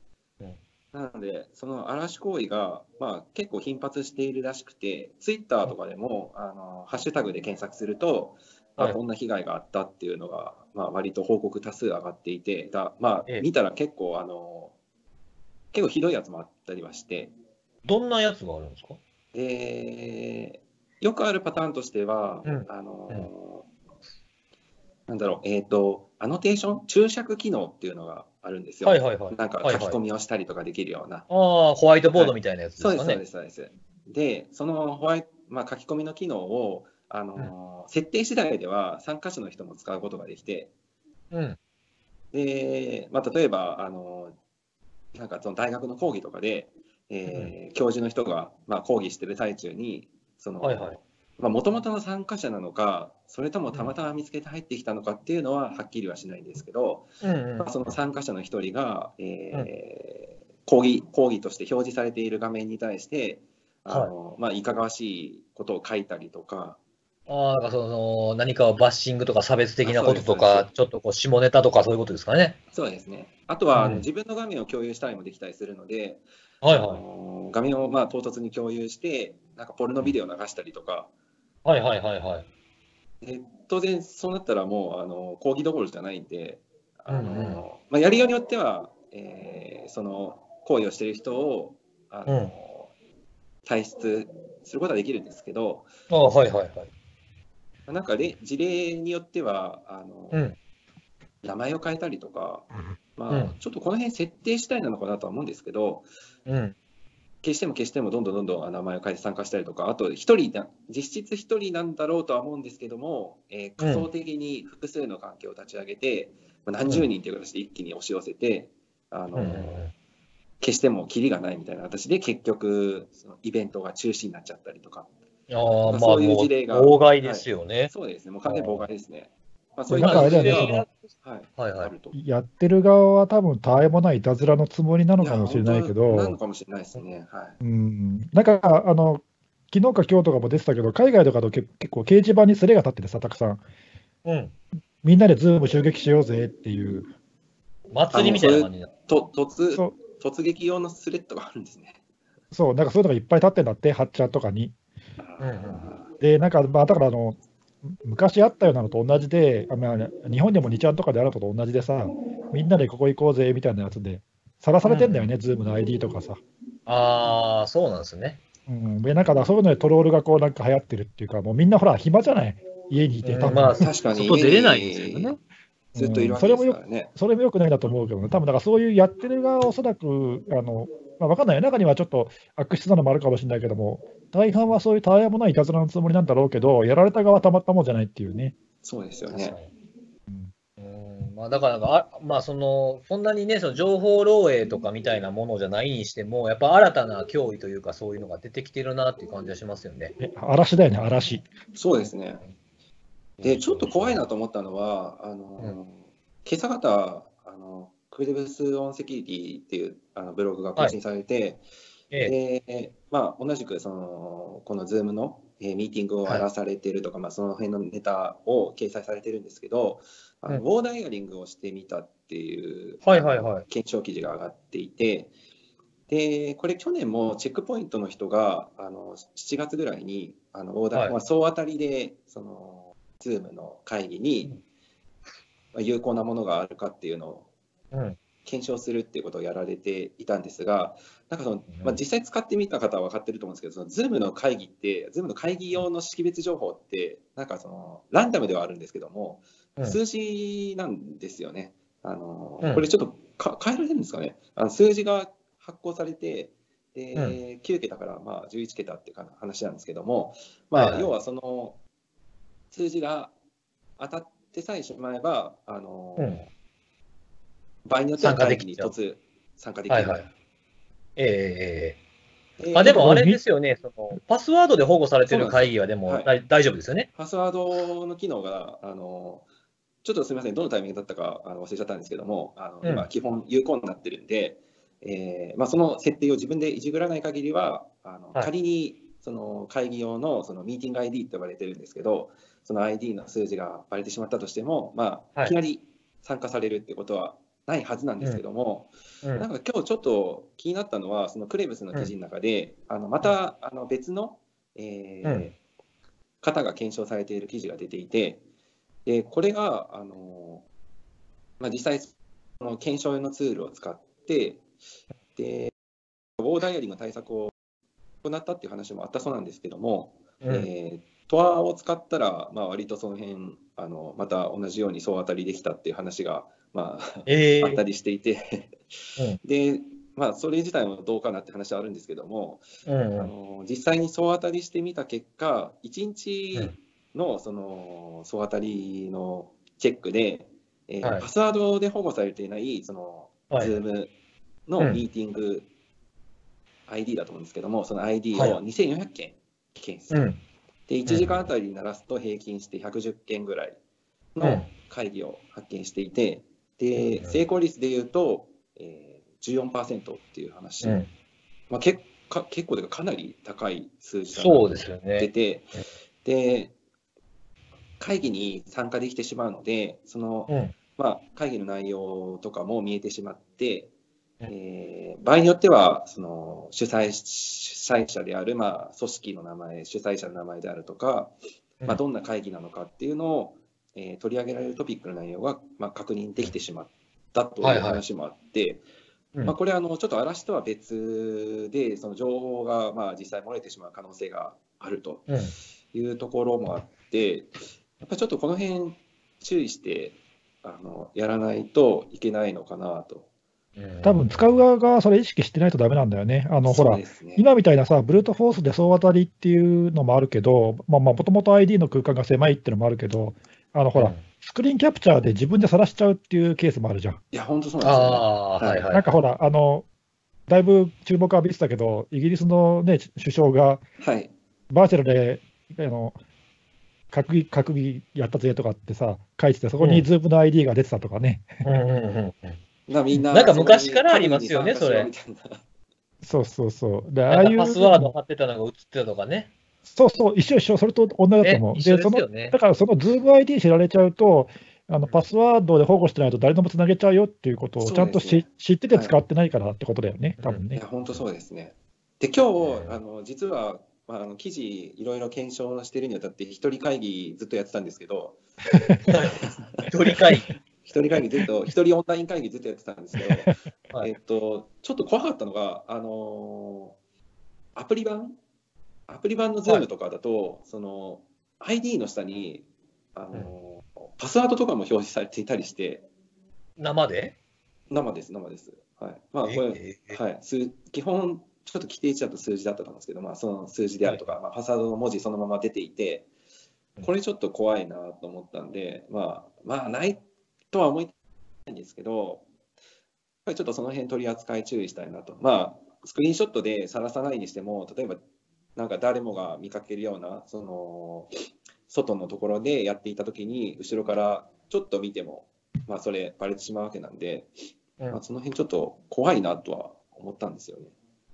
Speaker 1: うん
Speaker 3: なので、その荒らし行為が、まあ、結構頻発しているらしくて、ツイッターとかでも、あのハッシュタグで検索すると、
Speaker 1: はい
Speaker 3: あこんな被害があったっていうのが、まあ割と報告多数上がっていて、だまあ
Speaker 1: ええ、
Speaker 3: 見たら結構、あの結構ひどいやつもあったりはして、
Speaker 1: どんなやつがあるんですか
Speaker 3: でよくあるパターンとしては、
Speaker 1: うん
Speaker 3: あのなんだろう、えっ、と、アノテーション、注釈機能っていうのがあるんですよ。
Speaker 1: はいはいはい。
Speaker 3: なんか
Speaker 1: はい
Speaker 3: 書
Speaker 1: はい
Speaker 3: き込みをしたりとかできるような。
Speaker 1: ああ、ホワイトボードみたいなやつです
Speaker 3: そ
Speaker 1: か
Speaker 3: う
Speaker 1: ね。
Speaker 3: です、そうです、そうです。で、そのホワイまあ、書き込みの機能を、あの設定次第では参加者の人も使うことができて、
Speaker 1: うん。
Speaker 3: で、まあ、例えば、あのなんかその大学の講義とかで、えー教授の人が、まあ、講義してる最中にその、
Speaker 1: はいはい
Speaker 3: もともとの参加者なのか、それともたまたま見つけて入ってきたのかっていうのははっきりはしないんですけど、
Speaker 1: うんうん
Speaker 3: まあその参加者の一人が、えー講義講義として表示されている画面に対して、あのいまあ、いかがわしいことを書いたりとか、
Speaker 1: ああ、なんかその、何かをバッシングとか差別的なことと
Speaker 3: そう
Speaker 1: か
Speaker 3: で、
Speaker 1: ちょっとこう、下ネタとかそういうことですかね。
Speaker 3: そうですね、あとは、あ
Speaker 1: うん
Speaker 3: の自分の画面を共有したりもできたりするので、
Speaker 1: はい
Speaker 3: あ
Speaker 1: はい。
Speaker 3: の画面をまあ唐突に共有して、なんかポルノビデオ流したりとか、
Speaker 1: はいはいはいはい。
Speaker 3: で当然そうなったらもうあの講義どころじゃないんで、あの
Speaker 1: うんうん
Speaker 3: まあ、やりようによっては、えーその行為をしている人をあの、
Speaker 1: うん
Speaker 3: 退出することはできるんですけど、
Speaker 1: ああ、はいはいはい。
Speaker 3: まあなんかれ事例によってはあの、
Speaker 1: うん
Speaker 3: 名前を変えたりとか、まあ
Speaker 1: うん
Speaker 3: ちょっとこの辺設定次第なのかなとは思うんですけど
Speaker 1: うん。
Speaker 3: 消しても消してもどんどんどんどんあ名前を変えて参加したりとかあと一人な実質一人なんだろうとは思うんですけども、えー仮想的に複数の関係を立ち上げて、まあ何十人という形で一気に押し寄せて。あの
Speaker 1: うんうんうん
Speaker 3: 消してもキリがないみたいな形で結局そのイベントが中止になっちゃったりとか
Speaker 1: ああ、まあ、も
Speaker 3: そう
Speaker 1: う、
Speaker 3: いう事例が
Speaker 1: 妨害ですよね。
Speaker 3: そうですねもう完全に妨害ですね、まあ、
Speaker 2: そ
Speaker 3: そううい
Speaker 2: いうなんかあれだよ
Speaker 1: い
Speaker 2: ね、
Speaker 1: や
Speaker 2: そ
Speaker 1: いや
Speaker 2: の
Speaker 3: はい
Speaker 1: はい
Speaker 3: あ
Speaker 1: はい。
Speaker 3: ると
Speaker 2: やってる側は多分、たえもないいたずらのつもりなのかもしれないけ
Speaker 3: や本当なの
Speaker 2: ど、
Speaker 3: かもしれないですね。は
Speaker 2: う
Speaker 3: い。
Speaker 2: ん、なんか、あの昨日か今日とかも出てたけど、海外とかだとけ結構掲示板にスレが立っててさ、たくさん、
Speaker 1: うん。
Speaker 2: みんなでズーム襲撃しようぜっていう、
Speaker 1: 祭りみたいな感じだ。
Speaker 3: と突
Speaker 2: そう
Speaker 3: 突撃用のスレッドがあるんで すね。
Speaker 2: そう、なんかそういうのがいっぱい立ってんだって、ハッチャーとかに。
Speaker 1: うんうん
Speaker 2: で、なんか、まあ、だからあの、昔あったようなのと同じで、あまあ、日本でも2ちゃんとかであるのと同じでさ、みんなでここ行こうぜみたいなやつで、さらされてんだよね、ズームの ID とかさ。
Speaker 1: ああ、そうなんですね。
Speaker 2: うん、でなんかだそういうのでトロールがこうなんか流行ってるっていうか、もうみんなほら、暇じゃない、家にいて、
Speaker 1: うん
Speaker 2: 多分
Speaker 1: まあ
Speaker 3: 確かに。
Speaker 1: 外出れないですよね。
Speaker 3: ずっといるわけ
Speaker 2: うん
Speaker 3: で
Speaker 2: それ
Speaker 3: す
Speaker 2: も
Speaker 3: か
Speaker 2: よ
Speaker 3: らね。
Speaker 2: それもよくないなと思うけどね、多分だからそういうやってる側はおそらく、あのまあ、分かんないよ、中にはちょっと悪質なのもあるかもしれないけども、大半はそういうたわいもないいたずらのつもりなんだろうけど、やられた側はたまったもんじゃないっていうね。
Speaker 3: そうですよ
Speaker 1: 確かに。
Speaker 3: ね。
Speaker 1: うんまあ、だからなんかあ、まあ、そのそんなにね、その情報漏洩とかみたいなものじゃないにしても、やっぱ新たな脅威というか、そういうのが出てきてるなっていう感じがしますよね。
Speaker 2: え嵐だよね、嵐。
Speaker 3: そうですね。で、ちょっと怖いなと思ったのは、あの、
Speaker 1: うん
Speaker 3: 今朝方、あの、クリブスオンセキュリティっていうあのブログが更新されて、
Speaker 1: ええ
Speaker 3: で、まあ、同じくその、この Zoom の、えーミーティングを荒らされてるとか、まあ、その辺のネタを掲載されてるんですけど、あの
Speaker 1: うん
Speaker 3: ウォーダイヤリングをしてみたっていう、
Speaker 1: はいはいはい
Speaker 3: 検証記事が上がっていて、でこれ、去年もチェックポイントの人があの7月ぐらいに、あのオーダー
Speaker 1: はい
Speaker 3: まあ、総当たりで、その、ズームの会議に、まあ有効なものがあるかっていうのを
Speaker 1: うん
Speaker 3: 検証するっていうことをやられていたんですが、なんかその、まあ、実際使ってみた方は分かってると思うんですけど、その Zoom の会議って、Zoom の会議用の識別情報って、なんかその、ランダムではあるんですけども、
Speaker 1: うん
Speaker 3: 数字なんですよね。あの
Speaker 1: うん
Speaker 3: これちょっとか変えられるんですかね。あの数字が発行されて、で
Speaker 1: う
Speaker 3: 9桁からまあ11桁っていうか話なんですけども、まあ
Speaker 1: はいはい
Speaker 3: 要はその数字が当たってさえしまえば、あの
Speaker 1: うん
Speaker 3: 場合によっては
Speaker 1: 参加
Speaker 3: 会
Speaker 1: で
Speaker 3: 議
Speaker 1: き
Speaker 3: に
Speaker 1: ちゃう
Speaker 3: 突入参加でき
Speaker 1: は
Speaker 3: る
Speaker 1: いはい。ええええええ
Speaker 3: で
Speaker 1: あでもあれですよね、そのパスワードで保護されてる会議はでも
Speaker 3: そうな
Speaker 1: 大大丈夫ですよね。
Speaker 3: パスワードの機能が、あのちょっとすみません、どのタイミングだったかあの忘れちゃったんですけども、あの
Speaker 1: うん
Speaker 3: 今、基本有効になってるんで、えーまあ、その設定を自分でいじぐらない限りは、あの
Speaker 1: はい
Speaker 3: 仮にその会議用のそのミーティング ID って呼ばれてるんですけど、その ID の数字がバレてしまったとしても、まあ、
Speaker 1: はい
Speaker 3: いきなり参加されるってことはないはずなんですけども、
Speaker 1: うん
Speaker 3: なんか今日ちょっと気になったのは、そのクレブスの記事の中で、あのまたあの別の、えー
Speaker 1: うん
Speaker 3: 方が検証されている記事が出ていて、でこれが、あのまあ、実際、その検証用のツールを使って、でウォーダイヤリングの対策を行ったっていう話もあったそうなんですけども、
Speaker 1: うん
Speaker 3: えートアを使ったら、まあ割とその辺あのまた同じように総当たりできたっていう話が、まあ、
Speaker 1: ええ
Speaker 3: あったりしていて、
Speaker 1: うん
Speaker 3: で、まあ、それ自体もどうかなって話はあるんですけども、
Speaker 1: うんう
Speaker 3: あ
Speaker 1: ん
Speaker 3: の実際に総当たりしてみた結果、1
Speaker 1: う
Speaker 3: 日
Speaker 1: ん
Speaker 3: のその総当たりのチェックで、えー
Speaker 1: はい
Speaker 3: パスワードで保護されていない、その、
Speaker 1: はい、
Speaker 3: Zoom
Speaker 1: う
Speaker 3: の
Speaker 1: ん
Speaker 3: ミーティング ID だと思うんですけども、その ID
Speaker 1: は
Speaker 3: を2400件検出、
Speaker 1: うん
Speaker 3: で1時間あたりにならすと平均して110件ぐらいの会議を発見していて、で
Speaker 1: うん
Speaker 3: 成功率でいうと、えー、14%っていう話、
Speaker 1: うん
Speaker 3: まあ、結か結構でかなり高い数字だな
Speaker 1: そうですよ
Speaker 3: 出
Speaker 1: ね。
Speaker 3: て、で、会議に参加できてしまうので、その、
Speaker 1: うん
Speaker 3: まあ、会議の内容とかも見えてしまって、
Speaker 1: うん
Speaker 3: えー場合によっては、その、主催、主催者である、まあ、組織の名前、主催者の名前であるとか、
Speaker 1: うん
Speaker 3: まあ、どんな会議なのかっていうのを、えー取り上げられるトピックの内容が、まあ、確認できてしまったと
Speaker 1: はいいうはい
Speaker 3: 話もあって、
Speaker 1: うん
Speaker 3: まあ、これあのちょっと嵐とは別でその情報がまあ実際漏れてしまう可能性があると
Speaker 1: うん
Speaker 3: いうところもあってやっぱちょっとこの辺注意してあのやらないといけないのかなと。
Speaker 1: うん
Speaker 2: 多分使う側がそれ意識してないとダメなんだよね。あのほ
Speaker 3: そう
Speaker 2: ら、
Speaker 3: ですね
Speaker 2: 今みたいなさ、ブルートフォースで総当たりっていうのもあるけど、まあまあ、もともと ID の空間が狭いっていうのもあるけど、あのほら、
Speaker 1: うん
Speaker 2: スクリーンキャプチャーで自分で晒しちゃうっていうケースもあるじゃん。
Speaker 3: いや本当そうなんですよ、ね。
Speaker 1: ああ、はいはい。
Speaker 2: なんかほら、あの、だいぶ注目浴びてたけど、イギリスのね、首相が
Speaker 3: はい、
Speaker 2: バーチャルで、あの、閣議、閣議やったぜとかってさ、書いてて、そこ
Speaker 1: う
Speaker 2: に
Speaker 1: ん
Speaker 2: ズームの ID が出てたとかね。
Speaker 1: うんうんうんうん
Speaker 3: なみんな
Speaker 1: なんか昔からありますよね
Speaker 3: そこ
Speaker 1: そ
Speaker 3: に
Speaker 1: れ
Speaker 3: 参加しようみたいな
Speaker 2: そうそうそう。で、あ
Speaker 1: な
Speaker 2: あ
Speaker 1: ん
Speaker 2: い
Speaker 1: かパ
Speaker 2: う。
Speaker 1: スワード貼ってたのが映ってたとかね。
Speaker 2: そうそう、一緒一緒、それと同じだと思う。
Speaker 1: ね一緒で
Speaker 2: そ
Speaker 1: す
Speaker 2: の
Speaker 1: よね
Speaker 2: だ。からその Zoom ID 知られちゃうと、あのパスワードで保護してないと誰でもつなげちゃうよっていうことを
Speaker 3: そうですね
Speaker 2: ちゃんとし、知ってて使ってないからってことだよね、多分
Speaker 3: い
Speaker 2: ね
Speaker 3: や。本当そうですね。で今日
Speaker 1: うん
Speaker 3: あの実は、まあ、あの記事いろいろ検証してるにあたって一人会議ずっとやってたんですけど
Speaker 1: 一人会議。
Speaker 3: 一人会議ず っと一人オンライン会議ずっとやってたんですけど、
Speaker 1: はい
Speaker 3: えっと、ちょっと怖かったのがあのーアプリ版アプリ版の Zoom とかだと、その ID の下にあのーパスワードとかも表示されていたりして
Speaker 1: 生で
Speaker 3: 生です生です。はいまあ、これ
Speaker 1: ええ
Speaker 3: はい、数基本、ちょっと規定値だと数字だったと思うんですけど、まあ、その数字であるとか、まあ、パスワードの文字そのまま出ていて、これちょっと怖いなと思ったんで、まあ、まあ、ないとは思いたいんですけど、やっぱりちょっとその辺取り扱い注意したいなと。まあ、スクリーンショットで晒さないにしても、例えば、なんか誰もが見かけるような、その、外のところでやっていたときに、後ろからちょっと見ても、まあ、それ、バレてしまうわけなんで、
Speaker 1: うん
Speaker 3: まあ、その辺ちょっと怖いなとは思ったんですよね。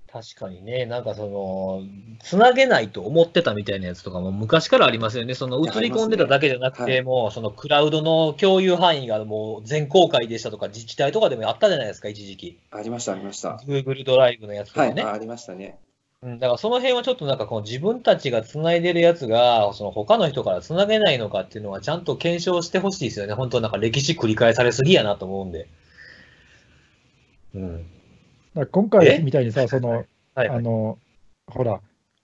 Speaker 1: 確かにね、なんかその、つなげないと思ってたみたいなやつとかも昔からありますよね。その
Speaker 3: いや
Speaker 1: 映り込んでただけじゃなく
Speaker 3: あ
Speaker 1: て、
Speaker 3: りますねは
Speaker 1: もうそのクラウドの共有範囲がもう全公開でしたとか、自治体とかでもあったじゃないですか、一時期。
Speaker 3: ありました、ありました。
Speaker 1: Google ドライブのやつと
Speaker 3: は
Speaker 1: か
Speaker 3: い、
Speaker 1: ね。
Speaker 3: あありましたね。
Speaker 1: うん、だからその辺はちょっとなんかこう自分たちがつないでるやつが、その他の人からつなげないのかっていうのはちゃんと検証してほしいですよね。本当なんか歴史繰り返されすぎやなと思うんで。うん。
Speaker 2: だから今回みたいにさ、その、
Speaker 1: はい、
Speaker 2: あ
Speaker 1: はい。
Speaker 2: の、ほら、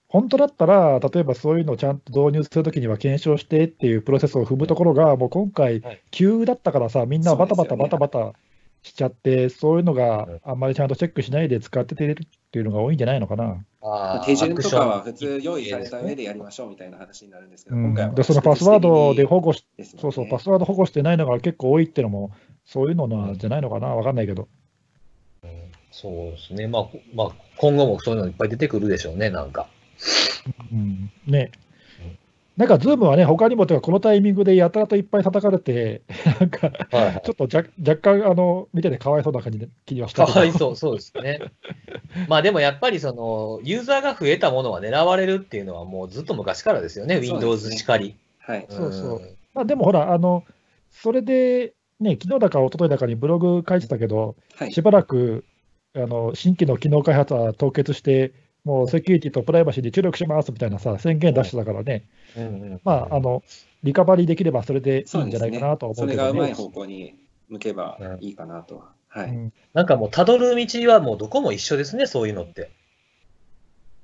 Speaker 2: 本当だったら、例えばそういうのをちゃんと導入するときには検証してっていうプロセスを踏むところが、もう今回
Speaker 1: はい、
Speaker 2: 急だったからさ、みんなバタバタ
Speaker 3: そうで
Speaker 2: バ
Speaker 3: すよ
Speaker 2: タ
Speaker 3: ね
Speaker 2: バタしちゃって、そういうのが
Speaker 1: うん
Speaker 2: あんまりちゃんとチェックしないで使っててるっていうのが多いんじゃないのかな。
Speaker 1: あー
Speaker 3: 手順とかは普
Speaker 1: ア
Speaker 3: 通
Speaker 1: クション
Speaker 3: 用意された上でやりましょうみたいな話になるんですけ
Speaker 2: う
Speaker 3: ど、
Speaker 2: ん
Speaker 3: 今回は、
Speaker 2: でそのパスワードで保護し、
Speaker 3: ですもんね
Speaker 2: そうそう、パスワード保護してないのが結構多いってのも、そういうのなんじゃないのかな、わかんないけど。
Speaker 1: そうですね。まあ、こまあ、今後もそういうのいっぱい出てくるでしょうね、なんか。
Speaker 2: うん、ね
Speaker 1: うん。
Speaker 2: なんか、ズームはね、他にも、てかこのタイミングでやたらといっぱい叩かれて、なんか、
Speaker 1: はい、は
Speaker 2: ちょっとじゃ若干、あの、見ててかわいそうな感じで気にはし
Speaker 1: い。か
Speaker 2: たけど
Speaker 1: わいそう、そうですね。まあでもやっぱりその、ユーザーが増えたものは狙われるっていうのはもうずっと昔からですよね、Windows しかり。
Speaker 3: はい、
Speaker 2: そうそうんまあ、でもほら、あの、それで、ね、昨日だか一昨日だかにブログ書いてたけど、
Speaker 3: はい
Speaker 2: し、ばらく、あの、新規の機能開発は凍結して、もうセキュリティとプライバシーに注力しますみたいなさ、宣言出してたからね、
Speaker 1: うんうん
Speaker 2: まあ、あの、リカバリーできればそれでいいんじゃないかなとは思
Speaker 3: そうれ
Speaker 2: け
Speaker 3: が
Speaker 2: ど
Speaker 3: うまい
Speaker 2: ね。
Speaker 3: 方向に向けばいいかなとは。は
Speaker 2: う
Speaker 3: い、
Speaker 2: ん
Speaker 1: なんかもう、たどる道はもうどこも一緒ですね、そういうのって。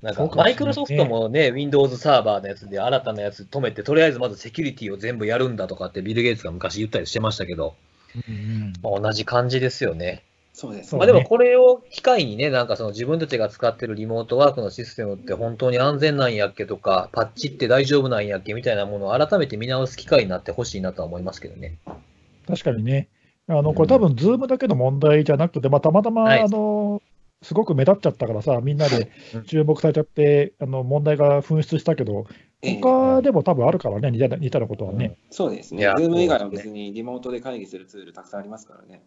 Speaker 1: なん
Speaker 2: そ
Speaker 1: か
Speaker 2: う、か
Speaker 1: マ
Speaker 2: もしれないね
Speaker 1: イクロソフトもね、Windows サーバーのやつで新たなやつ止めて、とりあえずまずセキュリティを全部やるんだとかってビル・ゲイツが昔言ったりしてましたけど、
Speaker 2: うん
Speaker 1: まあ、同じ感じですよね。
Speaker 3: そうです
Speaker 2: そう
Speaker 1: まあ、
Speaker 2: ね
Speaker 1: でもこれを機会にね、なんかその自分たちが使ってるリモートワークのシステムって本当に安全なんやっけとか、パッチって大丈夫なんやっけみたいなものを改めて見直す機会になってほしいなとは思いますけどね。
Speaker 2: 確かにね、あのこれ、多分ズームだけの問題じゃなくて、まあ、たまたま
Speaker 1: はい
Speaker 2: あのすごく目立っちゃったからさ、みんなで注目されちゃって、あの問題が噴出したけど、
Speaker 3: ええ
Speaker 2: 他でも多分あるからね、似た似たようなことはね。
Speaker 3: そうです
Speaker 1: い
Speaker 3: ね。
Speaker 1: や
Speaker 3: Zoom 以外は
Speaker 1: そうです
Speaker 3: 別にリモートで会議するツールたくさんありますからね。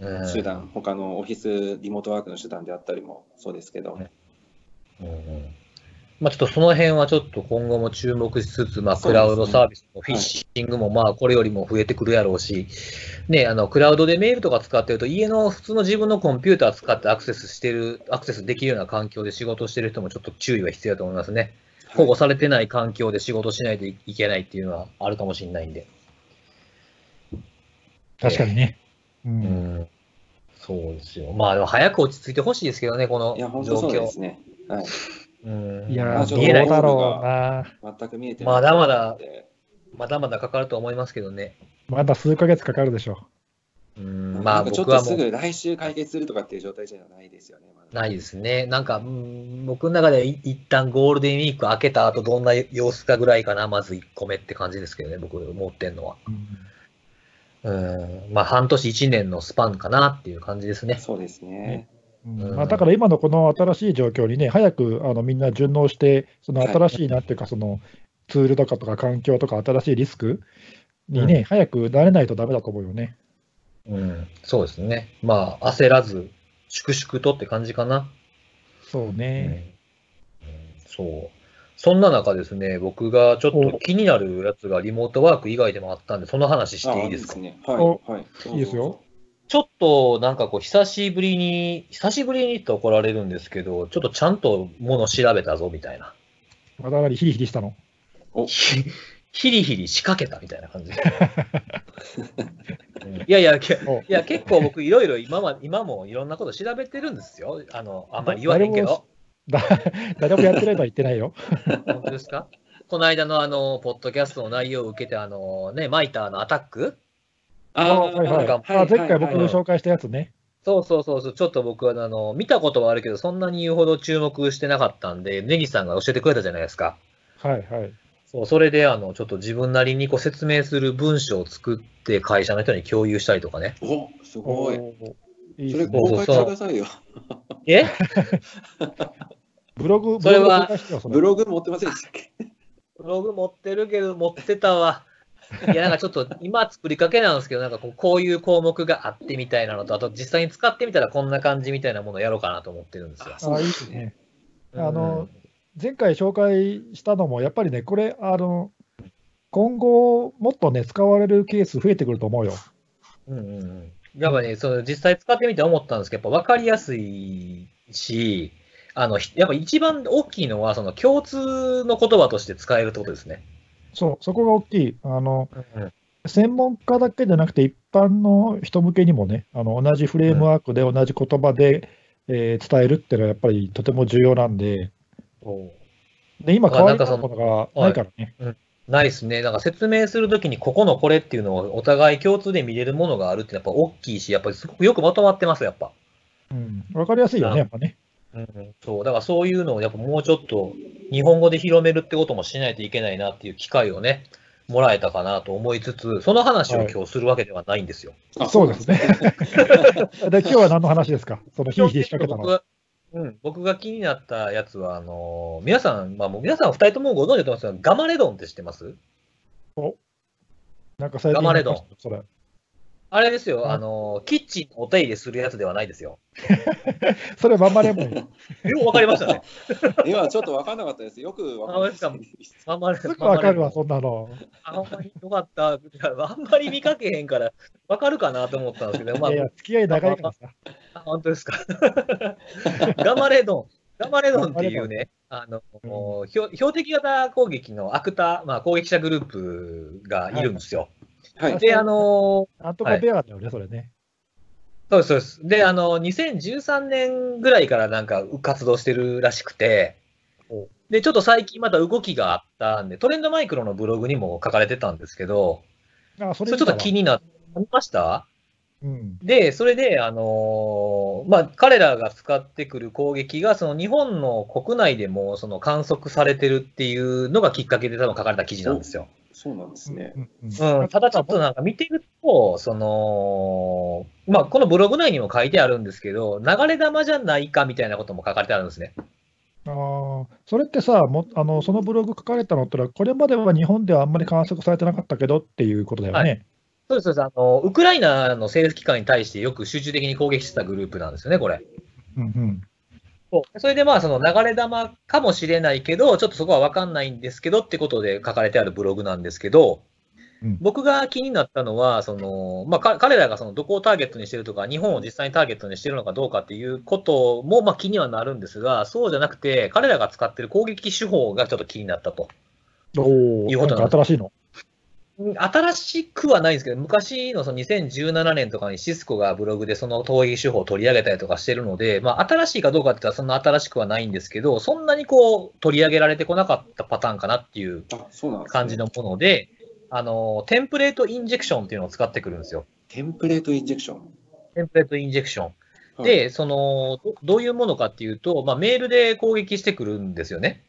Speaker 1: うん
Speaker 3: 手段、他のオフィスリモートワークの手段であったりもそうですけど、
Speaker 1: ねうんうんまあ、ちょっとその辺はちょっと今後も注目しつつ、まあ、
Speaker 3: そう
Speaker 1: ク
Speaker 3: ですね
Speaker 1: ラウドサービスのフィッシングもまあこれよりも増えてくるやろうし、ね、あのクラウドでメールとか使ってると、家の普通の自分のコンピューター使ってアクセスしてる、アクセスできるような環境で仕事してる人もちょっと注意は必要だと思いますね。保護されてない環境で仕事しないといけないっていうのはあるかもしれないんで。
Speaker 2: 確かにね。う、
Speaker 1: うんん、そうですよ。まあでも早く落ち着いてほしいですけどね、この
Speaker 3: いや、本
Speaker 1: 状
Speaker 3: 当そうで
Speaker 1: 況。
Speaker 3: すね。はい、
Speaker 1: うん
Speaker 2: い
Speaker 1: ま
Speaker 2: や
Speaker 1: あ
Speaker 2: ー、
Speaker 3: ち
Speaker 2: ど
Speaker 3: ょっ
Speaker 2: う
Speaker 3: と
Speaker 1: 見えない
Speaker 2: だろうな。
Speaker 3: 全く見えて
Speaker 1: まだまだ
Speaker 3: で
Speaker 1: まだまだかかると思いますけどね。
Speaker 2: まだ数ヶ月かかるでしょ
Speaker 1: うんま
Speaker 3: な
Speaker 1: あ
Speaker 3: んかちょっ
Speaker 1: 僕
Speaker 3: と
Speaker 1: は
Speaker 3: す
Speaker 1: もう
Speaker 3: ぐ来週解決するとかっていう状態じゃないですよね。まだ
Speaker 1: ないですね。なんか、うん僕の中ではい一旦ゴールデンウィーク明けた後どんな様子かぐらいかな、まず1個目って感じですけどね、僕思ってんのは。
Speaker 2: う。
Speaker 1: うん、まあ半年1年のスパンかなっていう感じですね。
Speaker 3: そうですね。
Speaker 1: うん
Speaker 2: まあ、だから今のこの新しい状況にね、早くあのみんな順応して、その新しいなんていうか、そのツールとかとか環境とか新しいリスクにね、早く慣れないとダメだと思うよね。
Speaker 1: うん、そうですね。まあ焦らず、粛々とって感じかな。
Speaker 2: そう
Speaker 1: うん
Speaker 2: ね。
Speaker 1: うんそう。そんな中ですね、僕がちょっと気になるやつがリモートワーク以外でもあったんで、その話し
Speaker 3: あ
Speaker 1: ていいですか
Speaker 3: ね。はい。
Speaker 2: お
Speaker 3: はいどうぞ
Speaker 2: いいですよ。
Speaker 1: ちょっとなんかこう、久しぶりに、久しぶりにって怒られるんですけど、ちょっとちゃんともの調べたぞみたいな。
Speaker 2: まだなりヒリヒリしたの。
Speaker 1: ひヒリヒリ仕掛けたみたいな感じ。うんいやいや、け
Speaker 2: お
Speaker 1: いや結構僕、いろいろ今は、今もいろんなこと調べてるんですよ。あの、あんまり言わへんけど。
Speaker 2: だ 誰もやってないとは言ってないよ。
Speaker 1: 本当ですかこの間のあの、ポッドキャストの内容を受けて、あの、ね、マイターのアタック
Speaker 3: あ
Speaker 2: あ
Speaker 3: あ、
Speaker 2: はいはい
Speaker 1: なん
Speaker 2: あ前回僕
Speaker 1: の
Speaker 2: が紹介したやつね。
Speaker 1: そうそうそうそう、ちょっと僕はあの、見たことはあるけど、そんなに言うほど注目してなかったんで、ネギさんが教えてくれたじゃないですか。
Speaker 2: はいはい。
Speaker 1: そう、それで、あの、ちょっと自分なりにこう説明する文章を作って会社の人に共有したりとかね。
Speaker 3: おすごい。
Speaker 2: おいい
Speaker 3: そ
Speaker 2: で
Speaker 3: れ
Speaker 2: すね
Speaker 1: こ。
Speaker 3: 公開してくださいよ。
Speaker 1: え
Speaker 2: ブログ、
Speaker 1: それは
Speaker 2: ブログ公開してよそれ
Speaker 3: ブログ持ってませんでしたっけ
Speaker 1: ブログ持ってるけど、持ってたわ。いや、なんかちょっと 今作りかけなんですけど、なんかこうこういう項目があってみたいなのと、あと実際に使ってみたらこんな感じみたいなものをやろうかなと思ってるんですよ。
Speaker 2: あ、いいですね。あの
Speaker 1: うん、
Speaker 2: 前回紹介したのも、やっぱりね、これ、あの、今後、もっとね、使われるケース増えてくると思うよ。
Speaker 1: うんうんうんやっぱね、その実際使ってみて思ったんですけど、やっぱ分かりやすいし、あのひやっぱ一番大きいのは、その共通の言葉として使えるってことですね。
Speaker 2: そう、そこが大きい。あの、専門家だけじゃなくて、一般の人向けにもね、あの同じフレームワークで、同じ言葉で、えー伝えるっていうのは、やっぱりとても重要なんで、
Speaker 1: お
Speaker 2: で今、
Speaker 1: あ
Speaker 2: 変わり
Speaker 1: なんか
Speaker 2: た
Speaker 1: そ
Speaker 2: こ
Speaker 1: の
Speaker 2: とがないからね。
Speaker 1: ないですね。なんか説明するときに、ここのこれっていうのをお互い共通で見れるものがあるってやっぱ大きいし、やっぱりすごくよくまとまってます、やっぱ。
Speaker 2: うん、わかりやすいよ
Speaker 1: うん
Speaker 2: ね、やっぱね。
Speaker 1: うん、そう、だからそういうのをやっぱもうちょっと日本語で広めるってこともしないといけないなっていう機会をね、もらえたかなと思いつつ、その話を今日するわけではないんですよ。
Speaker 3: あ
Speaker 2: そうですね。 で、今日は何の話ですかそのヒリヒリ仕掛けた
Speaker 1: 僕
Speaker 2: の。
Speaker 1: が、うん、僕が気になったやつは、あのー皆さん、まあ、もう皆さん二人ともご存知だと思いますが、ガマレドンって知ってます
Speaker 2: なんか最近
Speaker 1: ガマレドン
Speaker 2: それ。
Speaker 1: あれです
Speaker 2: うん
Speaker 1: よ、あのーキッチンお手入れするやつではないですよ。
Speaker 2: それ、まんまレモンよ。
Speaker 1: よくわかりましたね。
Speaker 3: 今ちょっと分かんなかったです。よく分かんなかったです。
Speaker 1: ママレ
Speaker 2: すぐわかるわ、
Speaker 1: ママレドン
Speaker 2: そんなの。
Speaker 1: あんまりよかった。いやあんまり見かけへんから、わかるかなと思ったんですけど、まあ
Speaker 2: いやい、や、付き合い長いからさ。
Speaker 1: あ本当ですか。 ガマレドン。ガマレドンっていうね、あの、
Speaker 2: う
Speaker 1: 標標的型攻撃のアクター、まあ、攻撃者グループがいるんですよ。
Speaker 3: はい。
Speaker 1: で、あの
Speaker 2: なんとかベアだよね、それね。
Speaker 1: そうです、そうです。で、あの、2013年ぐらいからなんか活動してるらしくて
Speaker 2: お、
Speaker 1: で、ちょっと最近また動きがあったんで、トレンドマイクロのブログにも書かれてたんですけど、
Speaker 2: あ、そ
Speaker 1: そ
Speaker 2: れ
Speaker 1: れちょっと気になって、ました
Speaker 2: うん。
Speaker 1: で、それで、あのーまあ、彼らが使ってくる攻撃が、その日本の国内でもその観測されてるっていうのがきっかけで多分書かれた記事なんですよ。
Speaker 3: そうなんですね。
Speaker 2: うんうん
Speaker 1: うん、ただちょっとなんか見てると、その、まあ、このブログ内にも書いてあるんですけど、流れ弾じゃないかみたいなことも書かれてあるんですね。
Speaker 2: ああ、ああそれってさもあの、そのブログ書かれたのってのは、これまでは日本ではあんまり観測されてなかったけどっていうことだよね。
Speaker 1: そうです、そうです。あの、ウクライナの政府機関に対してよく集中的に攻撃してたグループなんですよね、これ。
Speaker 2: うん
Speaker 1: そうそれでまあ、その流れ玉かもしれないけど、ちょっとそこはわかんないんですけどってことで書かれてあるブログなんですけど、
Speaker 2: うん
Speaker 1: 僕が気になったのは、そのまあ、か彼らがそのどこをターゲットにしてるとか、日本を実際にターゲットにしてるのかどうかっていうこともまあ気にはなるんですが、そうじゃなくて、彼らが使ってる攻撃手法がちょっと気になったと。
Speaker 2: うん、おお、
Speaker 1: いうこと
Speaker 2: なんか新しいの。
Speaker 1: うん新しくはないんですけど、昔のその2017年とかにシスコがブログでその投影手法を取り上げたりとかしてるので、まあ、新しいかどうかって言ったらそんな新しくはないんですけど、そんなにこう取り上げられてこなかったパターンかなっていう
Speaker 3: あ、そうなんですね
Speaker 1: 感じのもので、あの、テンプレートインジェクションっていうのを使ってくるんですよ。
Speaker 3: テンプレートインジェクション。
Speaker 1: テンプレートインジェクション。
Speaker 3: はい、
Speaker 1: で、その、どどういうものかっていうと、まあ、メールで攻撃してくるんですよね。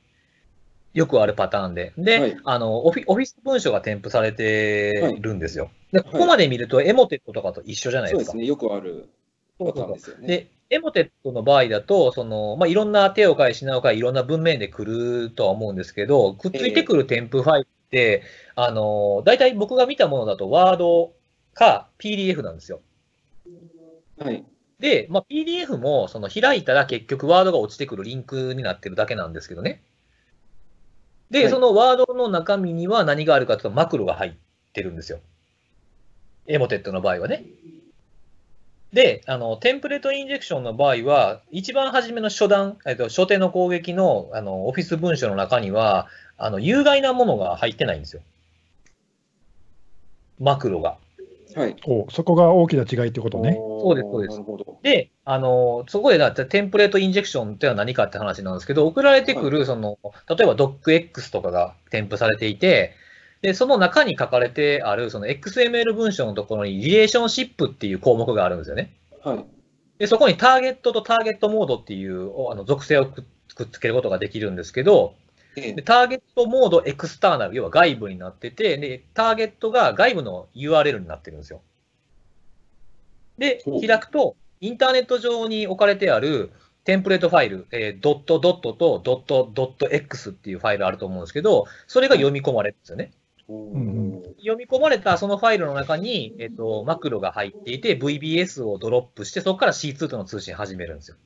Speaker 1: よくあるパターンで。で、
Speaker 3: はい
Speaker 1: あのオフィ、オフィス文書が添付されてるんですよ。で、
Speaker 3: い
Speaker 1: ここまで見ると、エモテットとかと一緒じゃない
Speaker 3: そう
Speaker 1: で
Speaker 3: です
Speaker 1: か。
Speaker 3: すね、よくある
Speaker 1: そう
Speaker 3: パ
Speaker 1: そ
Speaker 3: タ
Speaker 1: う
Speaker 3: ーン
Speaker 1: そう
Speaker 3: ですよね。
Speaker 1: で、エモテットの場合だと、そのまあ、いろんな手を変え、品を変え、いろんな文面で来るとは思うんですけど、くっついてくる添付ファイルって、あの大体僕が見たものだと、ワードか PDF なんですよ。
Speaker 3: はい。
Speaker 1: で、まあ、PDF もその開いたら結局ワードが落ちてくるリンクになってるだけなんですけどね。で、
Speaker 3: はい
Speaker 1: そのワードの中身には何があるかというとマクロが入ってるんですよ。エモテットの場合はね。で、あの、テンプレートインジェクションの場合は、一番初めの初段、えっと、初手の攻撃の、あの、オフィス文書の中には、あの、有害なものが入ってないんですよ。マクロが。
Speaker 3: はい。
Speaker 2: おそこが大きな違いってことね。
Speaker 3: おー
Speaker 1: そうですそうです
Speaker 3: なるほど。
Speaker 1: で、あの、そこでだってテンプレートインジェクションってのは何かって話なんですけど、送られてくる、その、例えば DocX とかが添付されていて、で、その中に書かれてある、その XML 文章のところにリレーションシップっていう項目があるんですよね。
Speaker 3: はい。
Speaker 1: で、そこにターゲットとターゲットモードっていうおあの属性をくっくっつけることができるんですけど、
Speaker 3: で
Speaker 1: で、ターゲットモードエクスターナル、要は外部になってて、で、ターゲットが外部の URL になってるんですよ。で
Speaker 3: ほ、う
Speaker 1: 開くと、インターネット上に置かれてあるテンプレートファイル、えードットドットとドットドット X っていうファイルあると思うんですけど、それが読み込まれるんですよね。
Speaker 3: おー
Speaker 2: うん
Speaker 1: 読み込まれたそのファイルの中に、えっ、と、マクロが入っていて、VBS をドロップして、そこから C2 との通信始めるんですよ。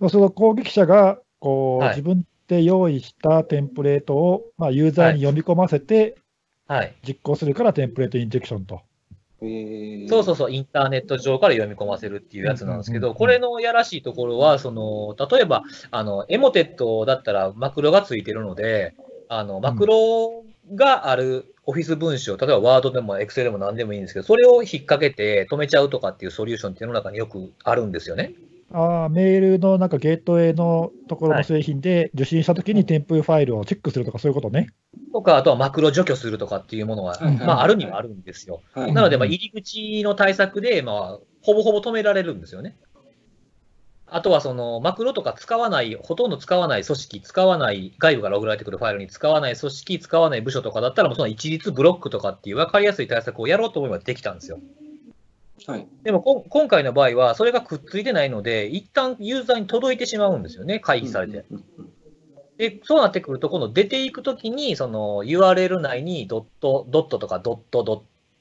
Speaker 2: そうすると攻撃者がこう、
Speaker 1: はい
Speaker 2: 自分で用意したテンプレートを、まあ、ユーザーに読み込ませて
Speaker 1: はい。
Speaker 2: 実行するから、テンプレートインジェクションと。
Speaker 3: えー
Speaker 1: そうそうそう、インターネット上から読み込ませるっていうやつなんですけ
Speaker 2: うんうんう
Speaker 1: ど、
Speaker 2: ん
Speaker 1: これのやらしいところは、その例えばあの、エモテットだったらマクロがついてるので、あのマクロがあるオフィス文章、例えばワードでもエクセルでも何でもいいんですけど、それを引っ掛けて止めちゃうとかっていうソリューションっていうの中によくあるんですよね。
Speaker 2: あーメールのなんかゲートウェイのところ
Speaker 1: は
Speaker 2: の
Speaker 1: い
Speaker 2: 製品で受信したときに添付ファイルをチェックするとか、そういうことね。
Speaker 1: とか、あとはマクロ除去するとかっていうものが、
Speaker 3: はいはい
Speaker 1: まあ、あるにはあるんですよ。
Speaker 3: はい。
Speaker 1: なので、まあ、入り口の対策で、まあ、ほぼほぼ止められるんですよね。あとは、その、マクロとか使わない、ほとんど使わない組織、使わない、外部から送られてくるファイルに使わない組織、使わない部署とかだったら、もうその一律ブロックとかっていう分かりやすい対策をやろうと思えばできたんですよ。
Speaker 3: はい。
Speaker 1: でもこ、今回の場合は、それがくっついてないので、一旦ユーザーに届いてしまうんですよね、回避されて。
Speaker 3: うんうんうん
Speaker 1: で、そうなってくると、今度出ていくときに、その URL 内にドット、ドットとかドットドッ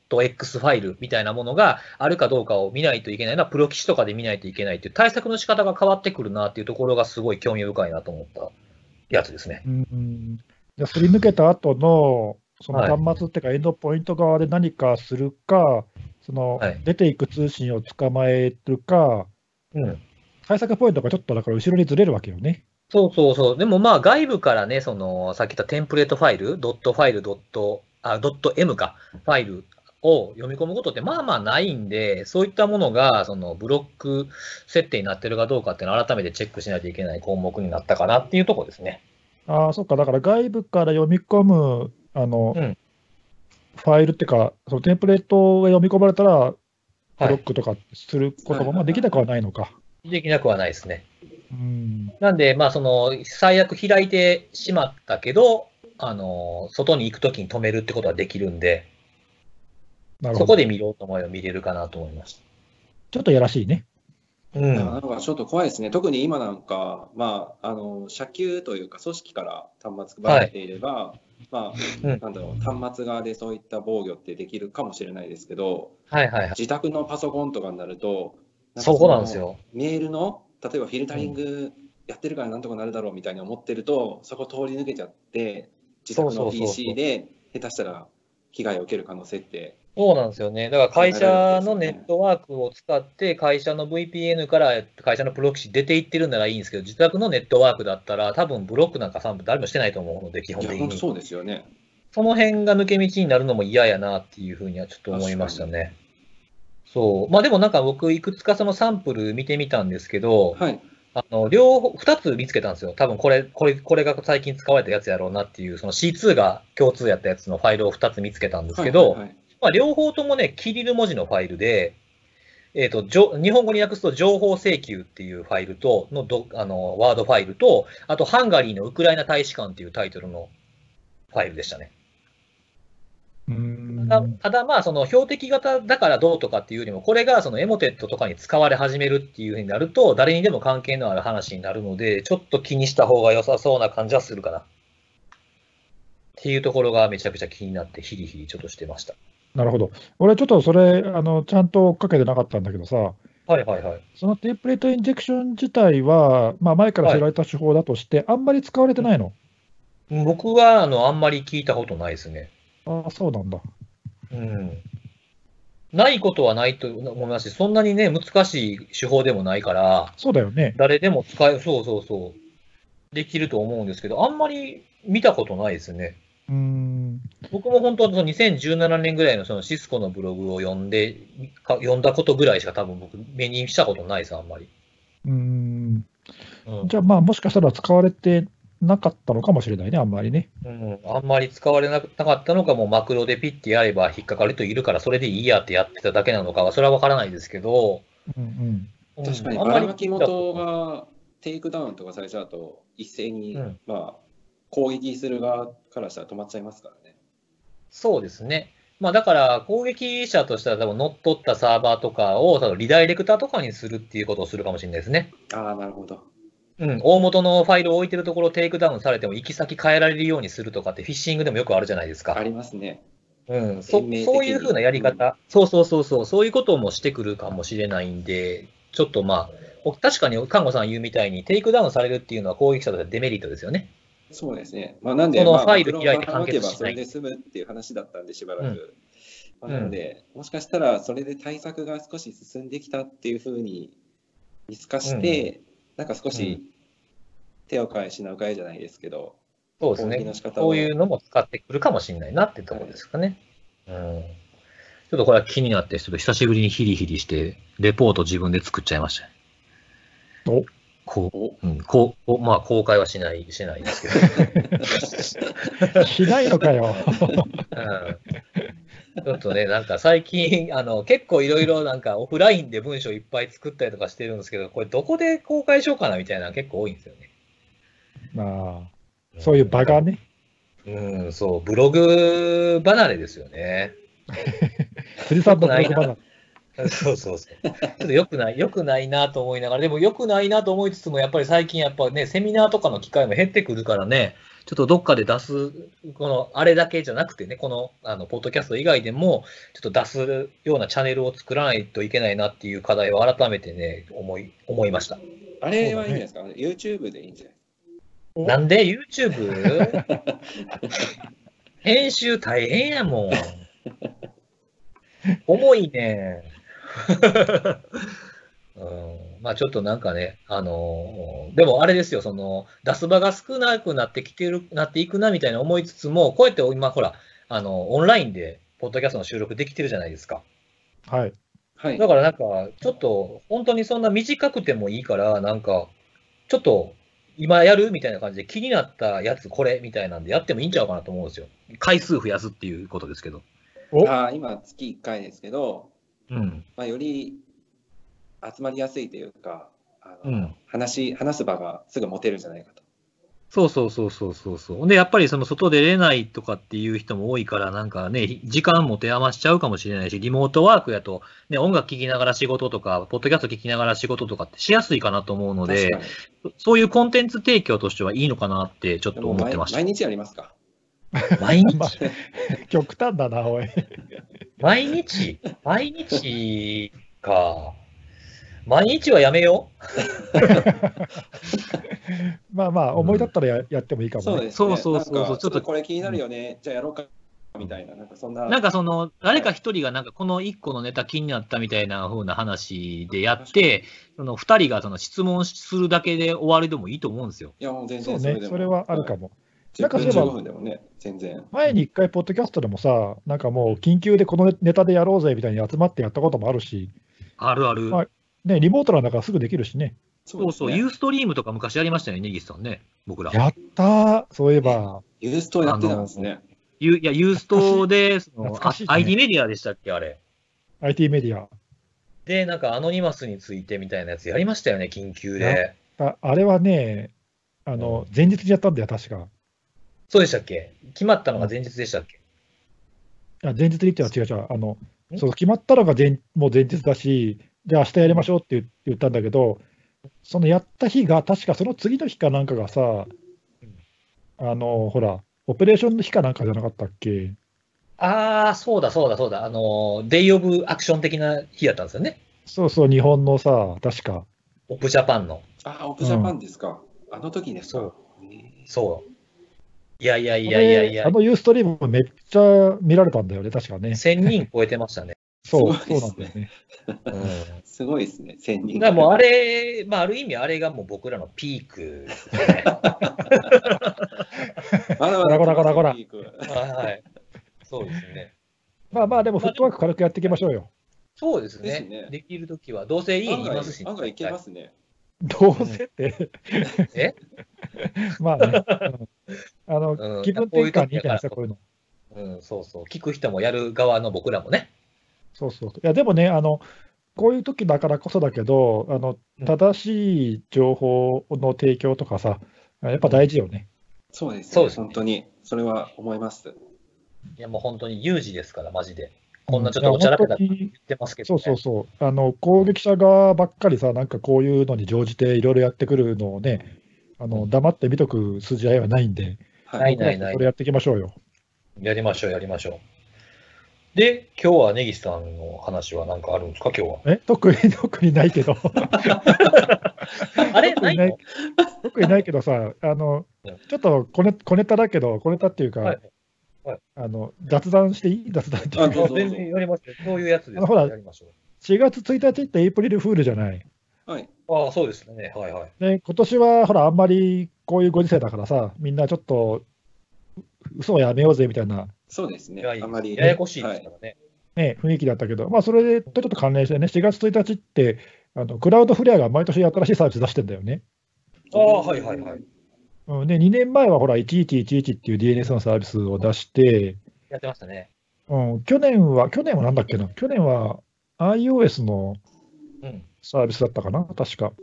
Speaker 1: ト X ファイルみたいなものがあるかどうかを見ないといけないな、プロ棋士とかで見ないといけないっていう対策の仕方が変わってくるなっていうところがすごい興味深いなと思ったやつですね。
Speaker 2: うんじゃあすり抜けた後のその
Speaker 1: はい
Speaker 2: 端末っていうか、エンドポイント側で何かするか、その
Speaker 1: はい
Speaker 2: 出ていく通信を捕まえるか、
Speaker 1: うん。
Speaker 2: 対策ポイントがちょっとだから後ろにずれるわけよね。
Speaker 1: そうそうそう。でもまあ外部からね、その、さっき言ったテンプレートファイル、ドットファイル、ドット、あ、ドット M か、ファイルを読み込むことってまあまあないんで、そういったものが、そのブロック設定になってるかどうかっていうのを改めてチェックしないといけない項目になったかなっていうところですね。
Speaker 2: ああ、そっか、だから外部から読み込むあの、
Speaker 1: うん
Speaker 2: ファイルっていうか、そのテンプレートが読み込まれたら、ブロックとかすることも、まあ、できなくはないのか。
Speaker 1: できなくはないですね。
Speaker 2: うん
Speaker 1: なんで、まあその、最悪開いてしまったけど、あの、外に行くときに止めるってことはできるんで、
Speaker 2: なる
Speaker 1: そ
Speaker 2: ほ
Speaker 1: こ
Speaker 2: ど。
Speaker 1: で見ようと思えば見れるかなと思いました。
Speaker 2: ちょっとやらしいね。
Speaker 1: う。
Speaker 3: なかなんかちょっと怖いですね。特に今なんか、まあ、あの、社給というか、組織から端末配っていれば、まあ、
Speaker 1: うん
Speaker 3: なんだろう、端末側でそういった防御ってできるかもしれないですけど、
Speaker 1: はいはいはい。
Speaker 3: 自宅のパソコンとかになると、か
Speaker 1: そこなんです。よ。
Speaker 3: メールの、例えばフィルタリングやってるからなんとかなるだろうみたいに思ってると、そこ通り抜けちゃって、自宅
Speaker 1: そうそ
Speaker 3: の
Speaker 1: うそうそう
Speaker 3: PC で下手したら被害を受ける可能性って、
Speaker 1: そうなんですよね。だから会社のネットワークを使って、会社の VPN から会社のプロキシ出ていってるならいいんですけど、自宅のネットワークだったら、多分ブロックなんか散布誰もしてないと思うので、基
Speaker 3: い
Speaker 1: 本
Speaker 3: や、
Speaker 1: 的
Speaker 3: 本当
Speaker 1: に。
Speaker 3: そうですよね。
Speaker 1: その辺が抜け道になるのも嫌やなっていうふうにはちょっと思いましたね。そう。まあでもなんか僕、いくつかそのサンプル見てみたんですけど、
Speaker 3: はい。
Speaker 1: あの、両方、2つ見つけたんですよ。多分これ、これ、これが最近使われたやつやろうなっていう、その C2 が共通やったやつのファイルを2つ見つけたんですけど、
Speaker 3: はいはいはい
Speaker 1: まあ、両方ともね、キリル文字のファイルで、えっとじょ日本語に訳すと情報請求っていうファイルとのどあのワードファイルと、あとハンガリーのウクライナ大使館っていうタイトルのファイルでしたね。
Speaker 2: うーん
Speaker 1: たただまあ、その標的型だからどうとかっていうよりも、これがそのエモテットとかに使われ始めるっていうふうになると、誰にでも関係のある話になるので、ちょっと気にした方が良さそうな感じはするかな。っていうところがめちゃくちゃ気になって、ヒリヒリちょっとしてました。
Speaker 2: なるほど。俺、ちょっとそれ、あの、ちゃんと追っかけてなかったんだけどさ、
Speaker 1: はいはいはい。
Speaker 2: そのテンプレートインジェクション自体は、まあ、前から知られた手法だとして、あんまり使われてないの。
Speaker 1: 僕はあのあんまり聞いたことないですね。
Speaker 2: ああ、そうなんだ。
Speaker 1: うん。ないことはないと思いますし、そんなにね、難しい手法でもないから、
Speaker 2: そうだよね。
Speaker 1: 誰でも使え、そうそうそう、できると思うんですけど、あんまり見たことないですね。
Speaker 2: うーん。
Speaker 1: 僕も本当はその2017年ぐらいのそのシスコのブログを読んで、か読んだことぐらいしか多分僕目にしたことないです、あんまり。
Speaker 2: うーん。
Speaker 1: うん
Speaker 2: じゃあ、まあ、もしかしたら使われてなかったのかもしれないね、あんまりね。
Speaker 1: うん、あんまり使われなくなかったのか、もうマクロでピッてやれば引っかかる人いるから、それでいいやってやってただけなのかは、それはわからないですけど、
Speaker 2: うんうん。
Speaker 3: 確かに
Speaker 1: うんあ
Speaker 3: ば
Speaker 1: んま
Speaker 3: ら
Speaker 1: り
Speaker 3: まき元がテイクダウンとかされちゃうと一斉に、
Speaker 1: うん
Speaker 3: まあ攻撃する側からしたら止まっちゃいますからね。
Speaker 1: そうですね。まあ、だから、攻撃者としては多分乗っ取ったサーバーとかを、多分リダイレクターとかにするっていうことをするかもしれないですね。
Speaker 3: ああなるほど。
Speaker 1: うん、大元のファイルを置いてるところをテイクダウンされても、行き先変えられるようにするとかって、フィッシングでもよくあるじゃないです
Speaker 3: あ
Speaker 1: か。
Speaker 3: りますね。
Speaker 1: うん、そ
Speaker 3: 延命的に
Speaker 1: そういうふうなやり方、そうそうそうそう、そういうこともしてくるかもしれないんで、ちょっとまあ、お確かに看護さん言うみたいに、テイクダウンされるっていうのは攻撃者としてはデメリットですよね。
Speaker 3: そうですね。まあなんで
Speaker 1: その
Speaker 3: まあ
Speaker 1: ファイル
Speaker 3: マクロ
Speaker 1: 開いて
Speaker 3: が
Speaker 1: 完結しない
Speaker 3: 動けばそれで済むっていう話だったんでしばらく。
Speaker 1: ん
Speaker 3: まあなので、もしかしたらそれで対策が少し進んできたっていうふうに見透かして、なんか少し手を変え品を変えじゃないですけど、
Speaker 1: そうです
Speaker 3: 攻撃の
Speaker 1: ね
Speaker 3: 仕。方を
Speaker 1: そういうのも使ってくるかもしれないなってところですかね。うん。ちょっとこれは気になって、ちょっと久しぶりにヒリヒリして、レポート自分で作っちゃいました。
Speaker 2: お
Speaker 1: こ
Speaker 3: お
Speaker 1: う、うん、こう、こうまあ、公開はしない、しないですけど。
Speaker 2: しないのか よ。
Speaker 1: うんちょっとね、なんか最近、 あの結構いろいろなんかオフラインで文章いっぱい作ったりとかしてるんですけど、これどこで公開しようかなみたいなの結構多いんですよね。
Speaker 2: まあ、そういう場がね。
Speaker 1: うん、そう、ブログ離れですよね。
Speaker 2: 辻さんのブログ話
Speaker 1: そうそうそう。ちょっと良くない、良くないなと思いながら、でも良くないなと思いつつも、やっぱり最近やっぱね、セミナーとかの機会も減ってくるからね、ちょっとどっかで出す、この、あれだけじゃなくてね、この、あの、ポッドキャスト以外でも、ちょっと出すようなチャンネルを作らないといけないなっていう課題を改めてね、思い、思いました。
Speaker 3: あれはいいんじゃないですか、YouTube でいいんじゃない
Speaker 2: お
Speaker 1: なんで YouTube? 編集大変やもん。重いねん、 うん。まあちょっとなんかね、あのーでもあれですよ、その、出す場が少なくなってきてる、なっていくなみたいな思いつつも、こうやって今ほら、あの、オンラインで、ポッドキャストの収録できてるじゃないですか。
Speaker 2: はい。
Speaker 3: はい。
Speaker 1: だからなんか、ちょっと、本当にそんな短くてもいいから、なんか、ちょっと、今やるみたいな感じで、気になったやつこれみたいなんで、やってもいいんちゃうかなと思うんですよ。回数増やすっていうことですけど。
Speaker 2: お
Speaker 3: ああ今月1回ですけど、
Speaker 1: うん。
Speaker 3: まあ、より集まりやすいというかあの、
Speaker 1: うん。
Speaker 3: 話話す場がすぐ持てるんじゃないかと
Speaker 1: そうそうそうそうそうそう。で、やっぱりその外出れないとかっていう人も多いから、なんかね、時間も手余しちゃうかもしれないし、リモートワークやと、ね、音楽聴きながら仕事とか、ポッドキャスト聴きながら仕事とかってしやすいかなと思うの
Speaker 3: 確か
Speaker 1: で、
Speaker 3: に
Speaker 1: そういうコンテンツ提供としてはいいのかなってちょっ
Speaker 3: で
Speaker 1: と
Speaker 3: も
Speaker 1: 思っ
Speaker 3: 毎
Speaker 1: てまし
Speaker 3: 毎日やりますか
Speaker 1: た。毎日
Speaker 2: まあ、極端だな、おい。
Speaker 1: 毎日毎日か。毎日はやめよ
Speaker 2: まあまあ、思いだったらや,、やってもいいか
Speaker 3: そ
Speaker 2: も
Speaker 3: う
Speaker 2: ね。
Speaker 3: です、ね、
Speaker 1: そうそうそうそう
Speaker 3: なんか
Speaker 1: ち
Speaker 3: ち
Speaker 1: ょ
Speaker 3: ょ
Speaker 1: っと
Speaker 3: っとこれ気になるよね、じゃあやろうかみたいな、なんかそんな、
Speaker 1: う。なんかその、誰か一人がなんかこの一個のネタ気になったみたいな風な話でやって、その二人がその質問するだけで終わりでもいいと思うんですよ。
Speaker 3: いやもう全
Speaker 2: そう
Speaker 3: 然それで
Speaker 2: ね、
Speaker 3: も、
Speaker 2: それはあるか
Speaker 3: も。
Speaker 2: も。
Speaker 3: 10分、
Speaker 1: なんかそういえば
Speaker 3: 15分でもね、全然。
Speaker 2: 前に一回、ポッドキャストでもさ、なんかもう、緊急でこのネタでやろうぜみたいに集まってやったこともあるし、
Speaker 1: あるある。
Speaker 2: はいね、リモートなんだからすぐできるしね。
Speaker 1: そう
Speaker 3: です
Speaker 1: そう、
Speaker 3: ね
Speaker 1: ユーストリームとか昔やりましたよね、根岸さんね、僕ら。
Speaker 2: やったー、そういえば。
Speaker 3: ユーストやってたんですね。
Speaker 1: ユいやユーストで、その
Speaker 2: 懐
Speaker 1: あ
Speaker 2: かしいね
Speaker 1: ID メディアでしたっけ、あれ。
Speaker 2: IT メディア
Speaker 1: で、なんかアノニマスについてみたいなやつやりましたよね、緊急で。
Speaker 2: あ。あれはね、あの前日にやったんだよ、確か。
Speaker 1: そうでしたっけ決まったのが前日でしたっけ
Speaker 2: あ前日にってのは違う違う。あの
Speaker 1: ん
Speaker 2: そう決まったのが前もう前日だし、じゃあ明日やりましょうって言言ったんだけど、そのやった日が、確かその次の日かなんかがさ、あのほら、オペレーションの日かなんかじゃなかったっけ
Speaker 1: ああ、そうだそうだそうだ。あのー、デイオブアクション的な日やったんですよね。
Speaker 2: そうそう、日本のさ、確か。
Speaker 1: オプジャパンの。
Speaker 3: あ、オープンジャパンですか。あの時ですか。
Speaker 1: そう
Speaker 3: え
Speaker 1: そう。いやいやいやいやいや
Speaker 2: あれあ、のユーストリームめっちゃ見られたんだよね、確かね。
Speaker 1: 1000人超えてましたね。
Speaker 2: そう、そ
Speaker 3: すご
Speaker 2: う
Speaker 3: い
Speaker 2: な
Speaker 3: ですね
Speaker 2: んだよね。
Speaker 1: うん。
Speaker 3: ーすごいですね、1000人。
Speaker 1: だからもうあれ、まあある意味あれがもう僕らのピー クですね。
Speaker 3: まだ
Speaker 2: こ
Speaker 3: まだ
Speaker 2: らこらこらこら
Speaker 3: ピーク
Speaker 1: はいはい。そうですね。
Speaker 2: まあまあ、でもフットワーク軽くやっていきましょうよ。
Speaker 1: そうです
Speaker 3: です
Speaker 1: ね。
Speaker 3: ね
Speaker 1: できるときは、どうせ家にいますし、
Speaker 3: 案外案外いけますね。
Speaker 2: どうせって。
Speaker 1: え
Speaker 2: まあね。うんあ
Speaker 1: うん
Speaker 2: の、気分転換にいいじゃないですか、こういうの。
Speaker 1: うん、そうそう。聞く人もやる側の僕らもね。
Speaker 2: そうそう。いや、でもね、あの、こういう時だからこそだけど、あの、正しい情報の提供とかさ、やっぱ大事よね。
Speaker 3: そうです
Speaker 1: そう
Speaker 3: ね、
Speaker 1: ですね
Speaker 3: 本当に、それは思います。
Speaker 1: いやもう本当に有事ですから、マジで。こんなちょっとおちゃらけたこと
Speaker 2: いや本当に
Speaker 1: 言ってますけど、
Speaker 2: そう
Speaker 1: ね。
Speaker 2: そうそう。あの、攻撃者側ばっかりさ、なんかこういうのに乗じていろいろやってくるのをね、あの、黙って見とく筋合いはないんで、
Speaker 1: は
Speaker 3: はいい。
Speaker 1: ないない
Speaker 2: これやっていきましょうよ。
Speaker 1: やりましょう、やりましょう。で、今日は根岸さんの話は何かあるんですか、今日は。
Speaker 2: え 特に、特にない けど。
Speaker 1: あれな
Speaker 2: 特
Speaker 1: い
Speaker 2: に
Speaker 1: の
Speaker 2: ない特にないけどさ、あの
Speaker 1: うん
Speaker 2: ちょっと小ネ小ネタだけど、小ネタっていうか、
Speaker 1: はい
Speaker 2: あの雑談していい雑談っていう
Speaker 3: あ
Speaker 2: か、
Speaker 3: どうぞ
Speaker 1: 全然やりますよ。そういうやつです
Speaker 2: あほら
Speaker 1: やりましょ
Speaker 2: 4月1日ってエイプリルフールじゃない。
Speaker 3: はい。
Speaker 1: う。ああ、そうですね。はいはい。
Speaker 2: で、今年はほら、あんまりこういうご時世だからさ、みんなちょっと嘘をやめようぜみたいな、
Speaker 3: そうですね、
Speaker 1: やい
Speaker 3: あまり。
Speaker 1: ややこしいです
Speaker 3: は
Speaker 1: からね。
Speaker 2: ね、雰囲気だったけど、まあ、それとちょっと関連してね、4月1日って、あのクラウドフレアが毎年新しいサービス出してんだよね。
Speaker 1: ああ、はいはいはい。。
Speaker 2: うんで、2年前はほら、1111っていう DNS のサービスを出して、
Speaker 1: やってましたね。
Speaker 2: うん、去年は、去年はなんだっけな、去年は iOS の
Speaker 1: うん。
Speaker 2: サービスだったかな、確か。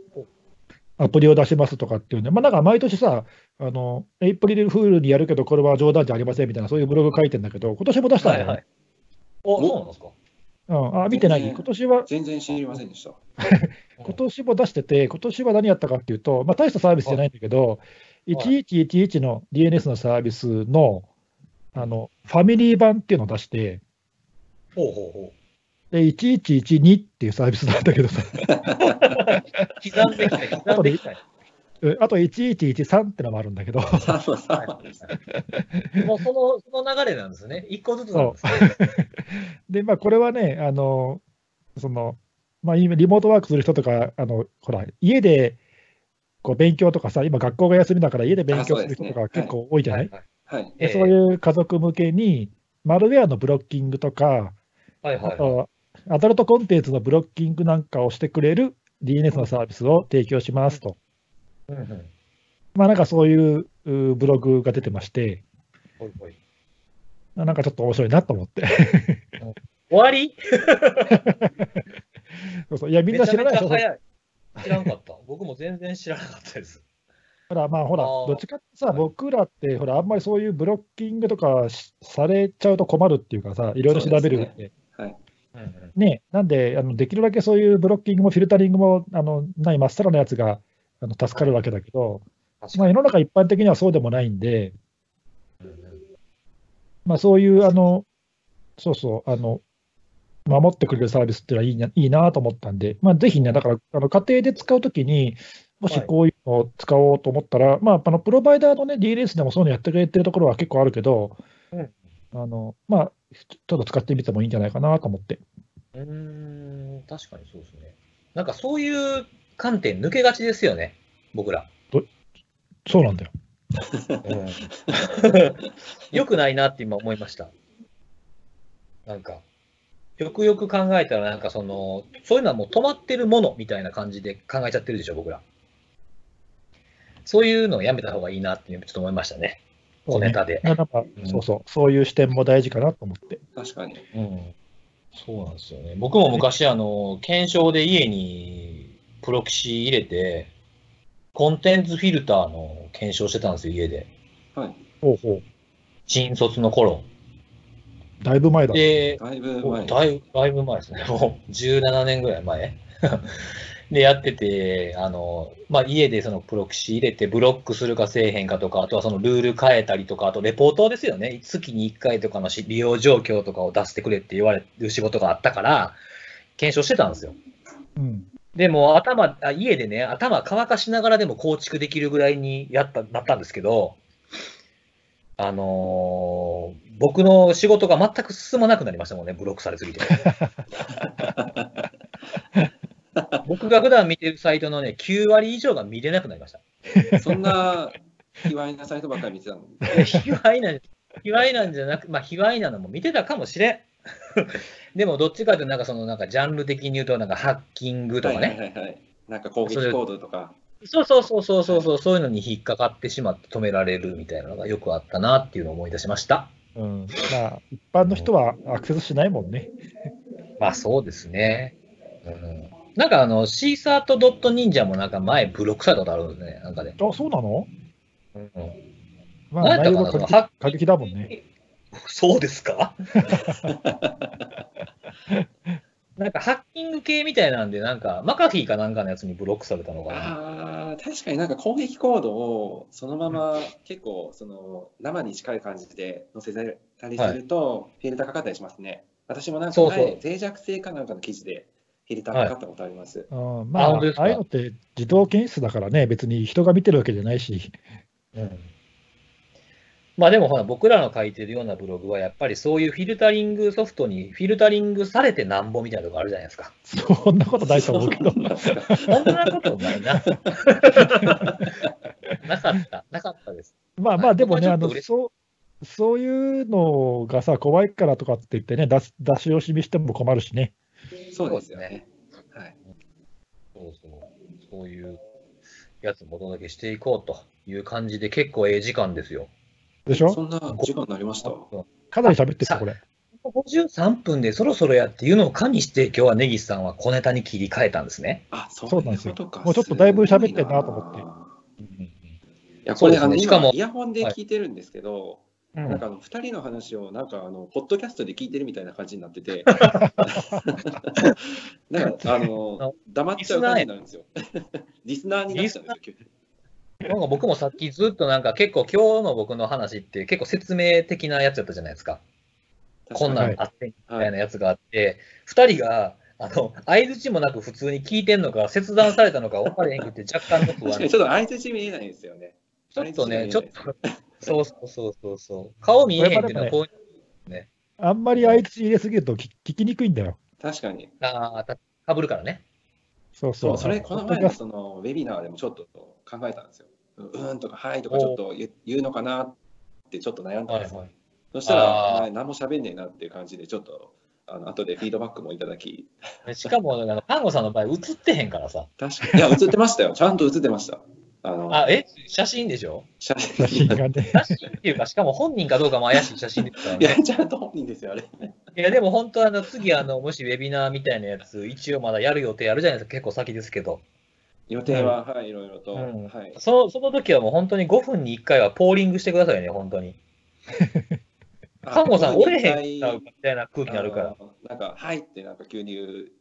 Speaker 2: アプリを出しますとかっていうんで、まあ、なんか毎年さ、あのエイプリルフールにやるけど、これは冗談じゃありませんみたいな、そういうブログ書いてんだけど、今年も出したん
Speaker 1: は
Speaker 2: だ
Speaker 1: い
Speaker 2: よね。
Speaker 1: はい。お、そうなんですか。
Speaker 2: うん、あ見てない、
Speaker 3: 全然
Speaker 2: 今年は、
Speaker 3: 全然知りませんでした。
Speaker 2: 今年も出してて、今年は何やったかっていうと、まあ、大したサービスじゃないんだけど、
Speaker 1: はい
Speaker 2: 1111の DNS のサービスのあのファミリー版っていうのを出して、
Speaker 1: ほうほうほう。
Speaker 2: で1112っていうサービスなんだけどさ。
Speaker 1: 刻んできた、刻んでき た。
Speaker 2: うんあと1113ってのもあるんだけど、
Speaker 3: サーバーサ
Speaker 1: は
Speaker 3: ー
Speaker 1: い
Speaker 3: バ
Speaker 1: は
Speaker 3: ー
Speaker 1: いもうその、その流れなんですね。一個ずつなんですね。
Speaker 2: で、まあ、これはね、あの、その、まあ、今、リモートワークする人とか、あの、ほら、家で、こう、勉強とかさ、今、学校が休みだから、家で勉強する人とか
Speaker 3: あそうですね
Speaker 2: 結構多いじゃない
Speaker 1: はい
Speaker 3: はい。
Speaker 1: ええ
Speaker 2: でそういう家族向けに、マルウェアのブロッキングとか、
Speaker 1: はいはい
Speaker 2: あ
Speaker 1: はい。
Speaker 2: と、アダルトコンテンツのブロッキングなんかをしてくれる DNS のサービスを提供しますと。
Speaker 1: うんうん
Speaker 2: まあ、なんかそういううブログが出てまして、
Speaker 1: ほいほい
Speaker 2: なんかちょっと面白いなと思って。
Speaker 1: 終わり
Speaker 2: そうそういや、みん
Speaker 1: め
Speaker 2: な
Speaker 1: ちゃ
Speaker 2: 知ら
Speaker 1: め
Speaker 2: ない
Speaker 1: ち
Speaker 2: でし
Speaker 1: ゃ 早
Speaker 2: ょ、
Speaker 1: い。知らんかった。僕も全然知らなかったです。
Speaker 2: だからまあほら、
Speaker 1: あー
Speaker 2: どっちかってさ、僕らってほら、あんまりそういうブロッキングとかしされちゃうと困るっていうかさ、いろいろ調べる
Speaker 3: そう
Speaker 2: っ
Speaker 3: で
Speaker 2: て。
Speaker 3: はい。
Speaker 1: うんうん
Speaker 2: ね、なんであの、できるだけそういうブロッキングもフィルタリングもあのないまっさらなやつがあの助かるわけだけど、
Speaker 1: 確
Speaker 2: まあ、
Speaker 1: か
Speaker 2: 世
Speaker 1: に
Speaker 2: の中一般的にはそうでもないんで、
Speaker 1: うんうん
Speaker 2: まあ、そういうあの、そうそう、あの守ってくれるサービスっていうのはいいないいなと思ったんで、まあ、ぜひね、だからあの家庭で使うときに、もし
Speaker 1: はい
Speaker 2: こういうのを使おうと思ったら、まあ、あのプロバイダーの、ね、DLS でもそういうのやってくれてるところは結構あるけど、
Speaker 1: うん
Speaker 2: あのまあ、ちょっと使ってみてもいいんじゃないかなと思って。
Speaker 1: うーん、確かにそうですね。なんかそういう観点抜けがちですよね、僕ら。
Speaker 2: そうなんだよ。
Speaker 1: よくないなって今思いました。なんか、よくよく考えたら、なんかその、そういうのはもう止まってるものみたいな感じで考えちゃってるでしょ、僕ら。そういうのをやめた方がいいなってちょっと思いましたね。小ネタで。
Speaker 2: なんか
Speaker 1: うん
Speaker 2: そうそう、そういう視点も大事かなと思って。
Speaker 3: 確かに。
Speaker 1: うん、そうなんですよね。僕も昔、あの、検証で家にプロキシ入れて、コンテンツフィルターの検証してたんですよ、家で。
Speaker 3: はい。
Speaker 2: ほうほ
Speaker 1: 新卒の頃。
Speaker 2: う、だいぶ前だ。
Speaker 1: で、
Speaker 3: だいぶ
Speaker 1: もう
Speaker 3: 前
Speaker 1: だいぶだいぶ前ですね。 もう17年ぐらい前。 で、やってて、あの、まあ、家でそのプロキシ入れて、ブロックするかせえへんかとか、あとはそのルール変えたりとか、あとレポートですよね。月に1回とかのし利用状況とかを出してくれって言われる仕事があったから、検証してたんですよ。
Speaker 2: うん、
Speaker 1: でも頭あ、家でね、頭乾かしながらでも構築できるぐらいにやった、なったんですけど、あのー僕の仕事が全く進まなくなりましたもんね、ブロックされすぎて。僕が普段見てるサイトのね、9割以上が見れなくなりました。
Speaker 3: そんな卑猥なサイトばっかり見てたの。
Speaker 1: いや卑猥なん、卑猥なんじゃなく、まあ、卑猥なのも見てたかもしれん。でも、どっちかというと、なんかその、なんかジャンル的に言うと、なんかハッキングとかね、
Speaker 3: はいはいはいはい。なんか攻撃コードとか。
Speaker 1: そうそうそうそうそうそう、そういうのに引っかかってしまって止められるみたいなのがよくあったなっていうのを思い出しました。
Speaker 2: うん、まあ、一般の人はアクセスしないもんね。
Speaker 1: まあそうですね。うん、なんかあの、シーサートドット忍者もなんか前ブロックされたことあるんですね、なんかね。
Speaker 2: あ、そうなの
Speaker 1: うん、
Speaker 2: ま
Speaker 1: なん
Speaker 2: あ、
Speaker 1: だ
Speaker 2: 内
Speaker 1: か
Speaker 2: 容
Speaker 1: なそ
Speaker 2: が過
Speaker 1: の
Speaker 2: 激
Speaker 1: は
Speaker 2: 過激だもんね。
Speaker 1: そうですかなんかハッキング系みたいなんで、なんかマカフィーかなんかのやつにブロックされたのかな。
Speaker 3: ああ、確かになんか攻撃コードをそのまま結構その生に近い感じで載せたりするとフィルターかかったりしますね。私もなんか
Speaker 1: そうそう
Speaker 3: 前脆弱性かなんかの記事でフィルターかかったことあります。
Speaker 2: うん、ま
Speaker 1: あ
Speaker 2: あ、
Speaker 1: 本
Speaker 2: あ
Speaker 1: 当ですか
Speaker 2: あいうのって自動検出だからね、別に人が見てるわけじゃないし、
Speaker 1: うんまあでもほら、僕らの書いてるようなブログは、やっぱりそういうフィルタリングソフトにフィルタリングされてなんぼみたいなとこあるじゃない ですか。
Speaker 2: そんなことないと思うけど、
Speaker 1: そんなことない な。なかった、なかったです。
Speaker 2: まあまあ、でもね、
Speaker 1: まあ
Speaker 2: あ
Speaker 1: ちょっと
Speaker 2: の
Speaker 1: 嬉しい
Speaker 2: そうそういうのがさ、怖いからとかって言ってね、出し出し惜しみしても困るしね。
Speaker 3: そうですよね。はい。
Speaker 1: そうそう。そういうやつもお届けしていこうという感じで、結構ええ時間ですよ。
Speaker 2: でしょ
Speaker 3: そんな時間になりました。
Speaker 2: かなり喋って
Speaker 1: さ
Speaker 2: た、これ。
Speaker 1: 53分でそろそろやっていうのを加味して、今日は根岸さんは小ネタに切り替えたんですね。
Speaker 3: あ、そう
Speaker 2: そうなんですよ
Speaker 3: いことか
Speaker 2: もうちょっとだいぶ喋ってんなと思って
Speaker 3: すごいな
Speaker 1: うん
Speaker 3: いや、
Speaker 1: そ
Speaker 3: こ
Speaker 1: う
Speaker 3: れ、
Speaker 1: ですね
Speaker 3: あの、
Speaker 1: しかも
Speaker 3: 今、イヤホンで聞いてるんですけど、
Speaker 1: うん
Speaker 3: なんかあの、2人の話を、なんか、あの、ポッドキャストで聞いてるみたいな感じになって て、なんか、あの、黙っちゃう感じになるんですよ。 リスナーになっちゃうんですよ、
Speaker 1: なんか僕もさっきずっとなんか結構今日の僕の話って結構説明的なやつやったじゃないですか。こんなんあってみたいなやつがあって、二、人が、あの、相槌もなく普通に聞いてんのか、切断されたのか分かれへんくて若干の不
Speaker 3: 確か
Speaker 1: 安
Speaker 3: に。。ちょっと相槌見えないんですよね。
Speaker 1: ちょっとね、ちょ
Speaker 3: 相
Speaker 1: っ
Speaker 3: 槌
Speaker 1: と、そうそうそうそうそう。顔見えへんっていうのはこういう
Speaker 2: あんまり相槌入れすぎると聞聞きにくいんだよ。
Speaker 3: 確かに。
Speaker 1: あーかぶるからね。
Speaker 2: そう
Speaker 3: そ、
Speaker 2: そうう。
Speaker 3: それ、この前のその、ウェビナーでもちょっと考えたんですよ。うーんとか、はいとか、ちょっと言う言うのかなって、ちょっと悩んだんですよ。
Speaker 1: い。
Speaker 3: そしたら、
Speaker 1: あー
Speaker 3: お前何も喋んねえなっていう感じで、ちょっと、あの後でフィードバックもいただき、
Speaker 1: しかも、あの、パンゴさんの場合、映ってへんからさ。
Speaker 3: 確かに。いや、映ってましたよ。ちゃんと映ってました。あの、
Speaker 1: あ、え写真でしょ
Speaker 3: 写
Speaker 2: 写真
Speaker 3: 真。
Speaker 2: がね。
Speaker 1: 写真っていうか、しかも本人かどうかも怪しい写真ですから
Speaker 3: い
Speaker 1: ね。
Speaker 3: や、ちゃんと本人ですよ、あれ。
Speaker 1: いや、でも本当、あの、次、あの、もしウェビナーみたいなやつ、一応まだやる予定あるじゃないですか、結構先ですけど。
Speaker 3: 予定は、はい、いろいろと、
Speaker 2: うん
Speaker 3: はい。
Speaker 1: そのその時はもう本当に5分に1回はポーリングしてくださいね、本当に。看護さん、折れへんなみたいな空気になるから。
Speaker 3: あの。なんか、はいって、なんか急に言う。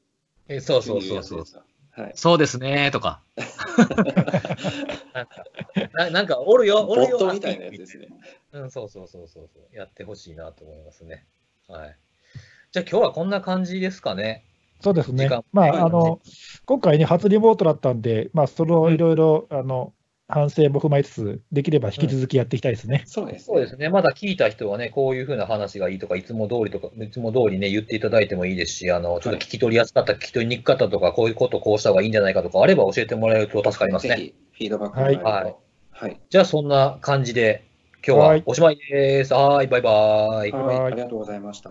Speaker 1: えそうそう
Speaker 3: 急に言
Speaker 1: そう
Speaker 3: や
Speaker 1: うそ
Speaker 3: つ
Speaker 1: う
Speaker 3: ですかはい。
Speaker 4: そうですね、とか。
Speaker 1: な。なんか、おるよ、お
Speaker 3: ボ
Speaker 1: る
Speaker 3: ッ
Speaker 1: よ、
Speaker 3: トみたいなやつですね。
Speaker 1: うん、そうそうそうそうそう。やってほしいなと思いますね。はい。じゃあ今日はこんな感じですかね。
Speaker 2: そうです
Speaker 1: 時
Speaker 2: ね
Speaker 1: 間。
Speaker 2: ま
Speaker 3: はい
Speaker 2: あ、あの、今回ね、初リモートだったんで、まあ、そのいろいろ、あの、反省も踏まえつつ、できれば引き続きやっていきたいですね。
Speaker 3: そうです、
Speaker 1: そうですね。まだ聞いた人はね、こういうふうな話がいいとか、いつも通りとか、いつも通りね、言っていただいてもいいですし、あの、ちょっと聞き取りやすかった、聞き取りにくかったとか、こういうことこうした方がいいんじゃないかとかあれば教えてもらえると助かりますね。
Speaker 3: ぜひ、フィードバックもらえると
Speaker 1: はい
Speaker 3: はい。
Speaker 1: じゃあそんな感じで、今日はおしまいです。はーい、バイバーイ。
Speaker 2: い
Speaker 3: はい。ありがとうございました。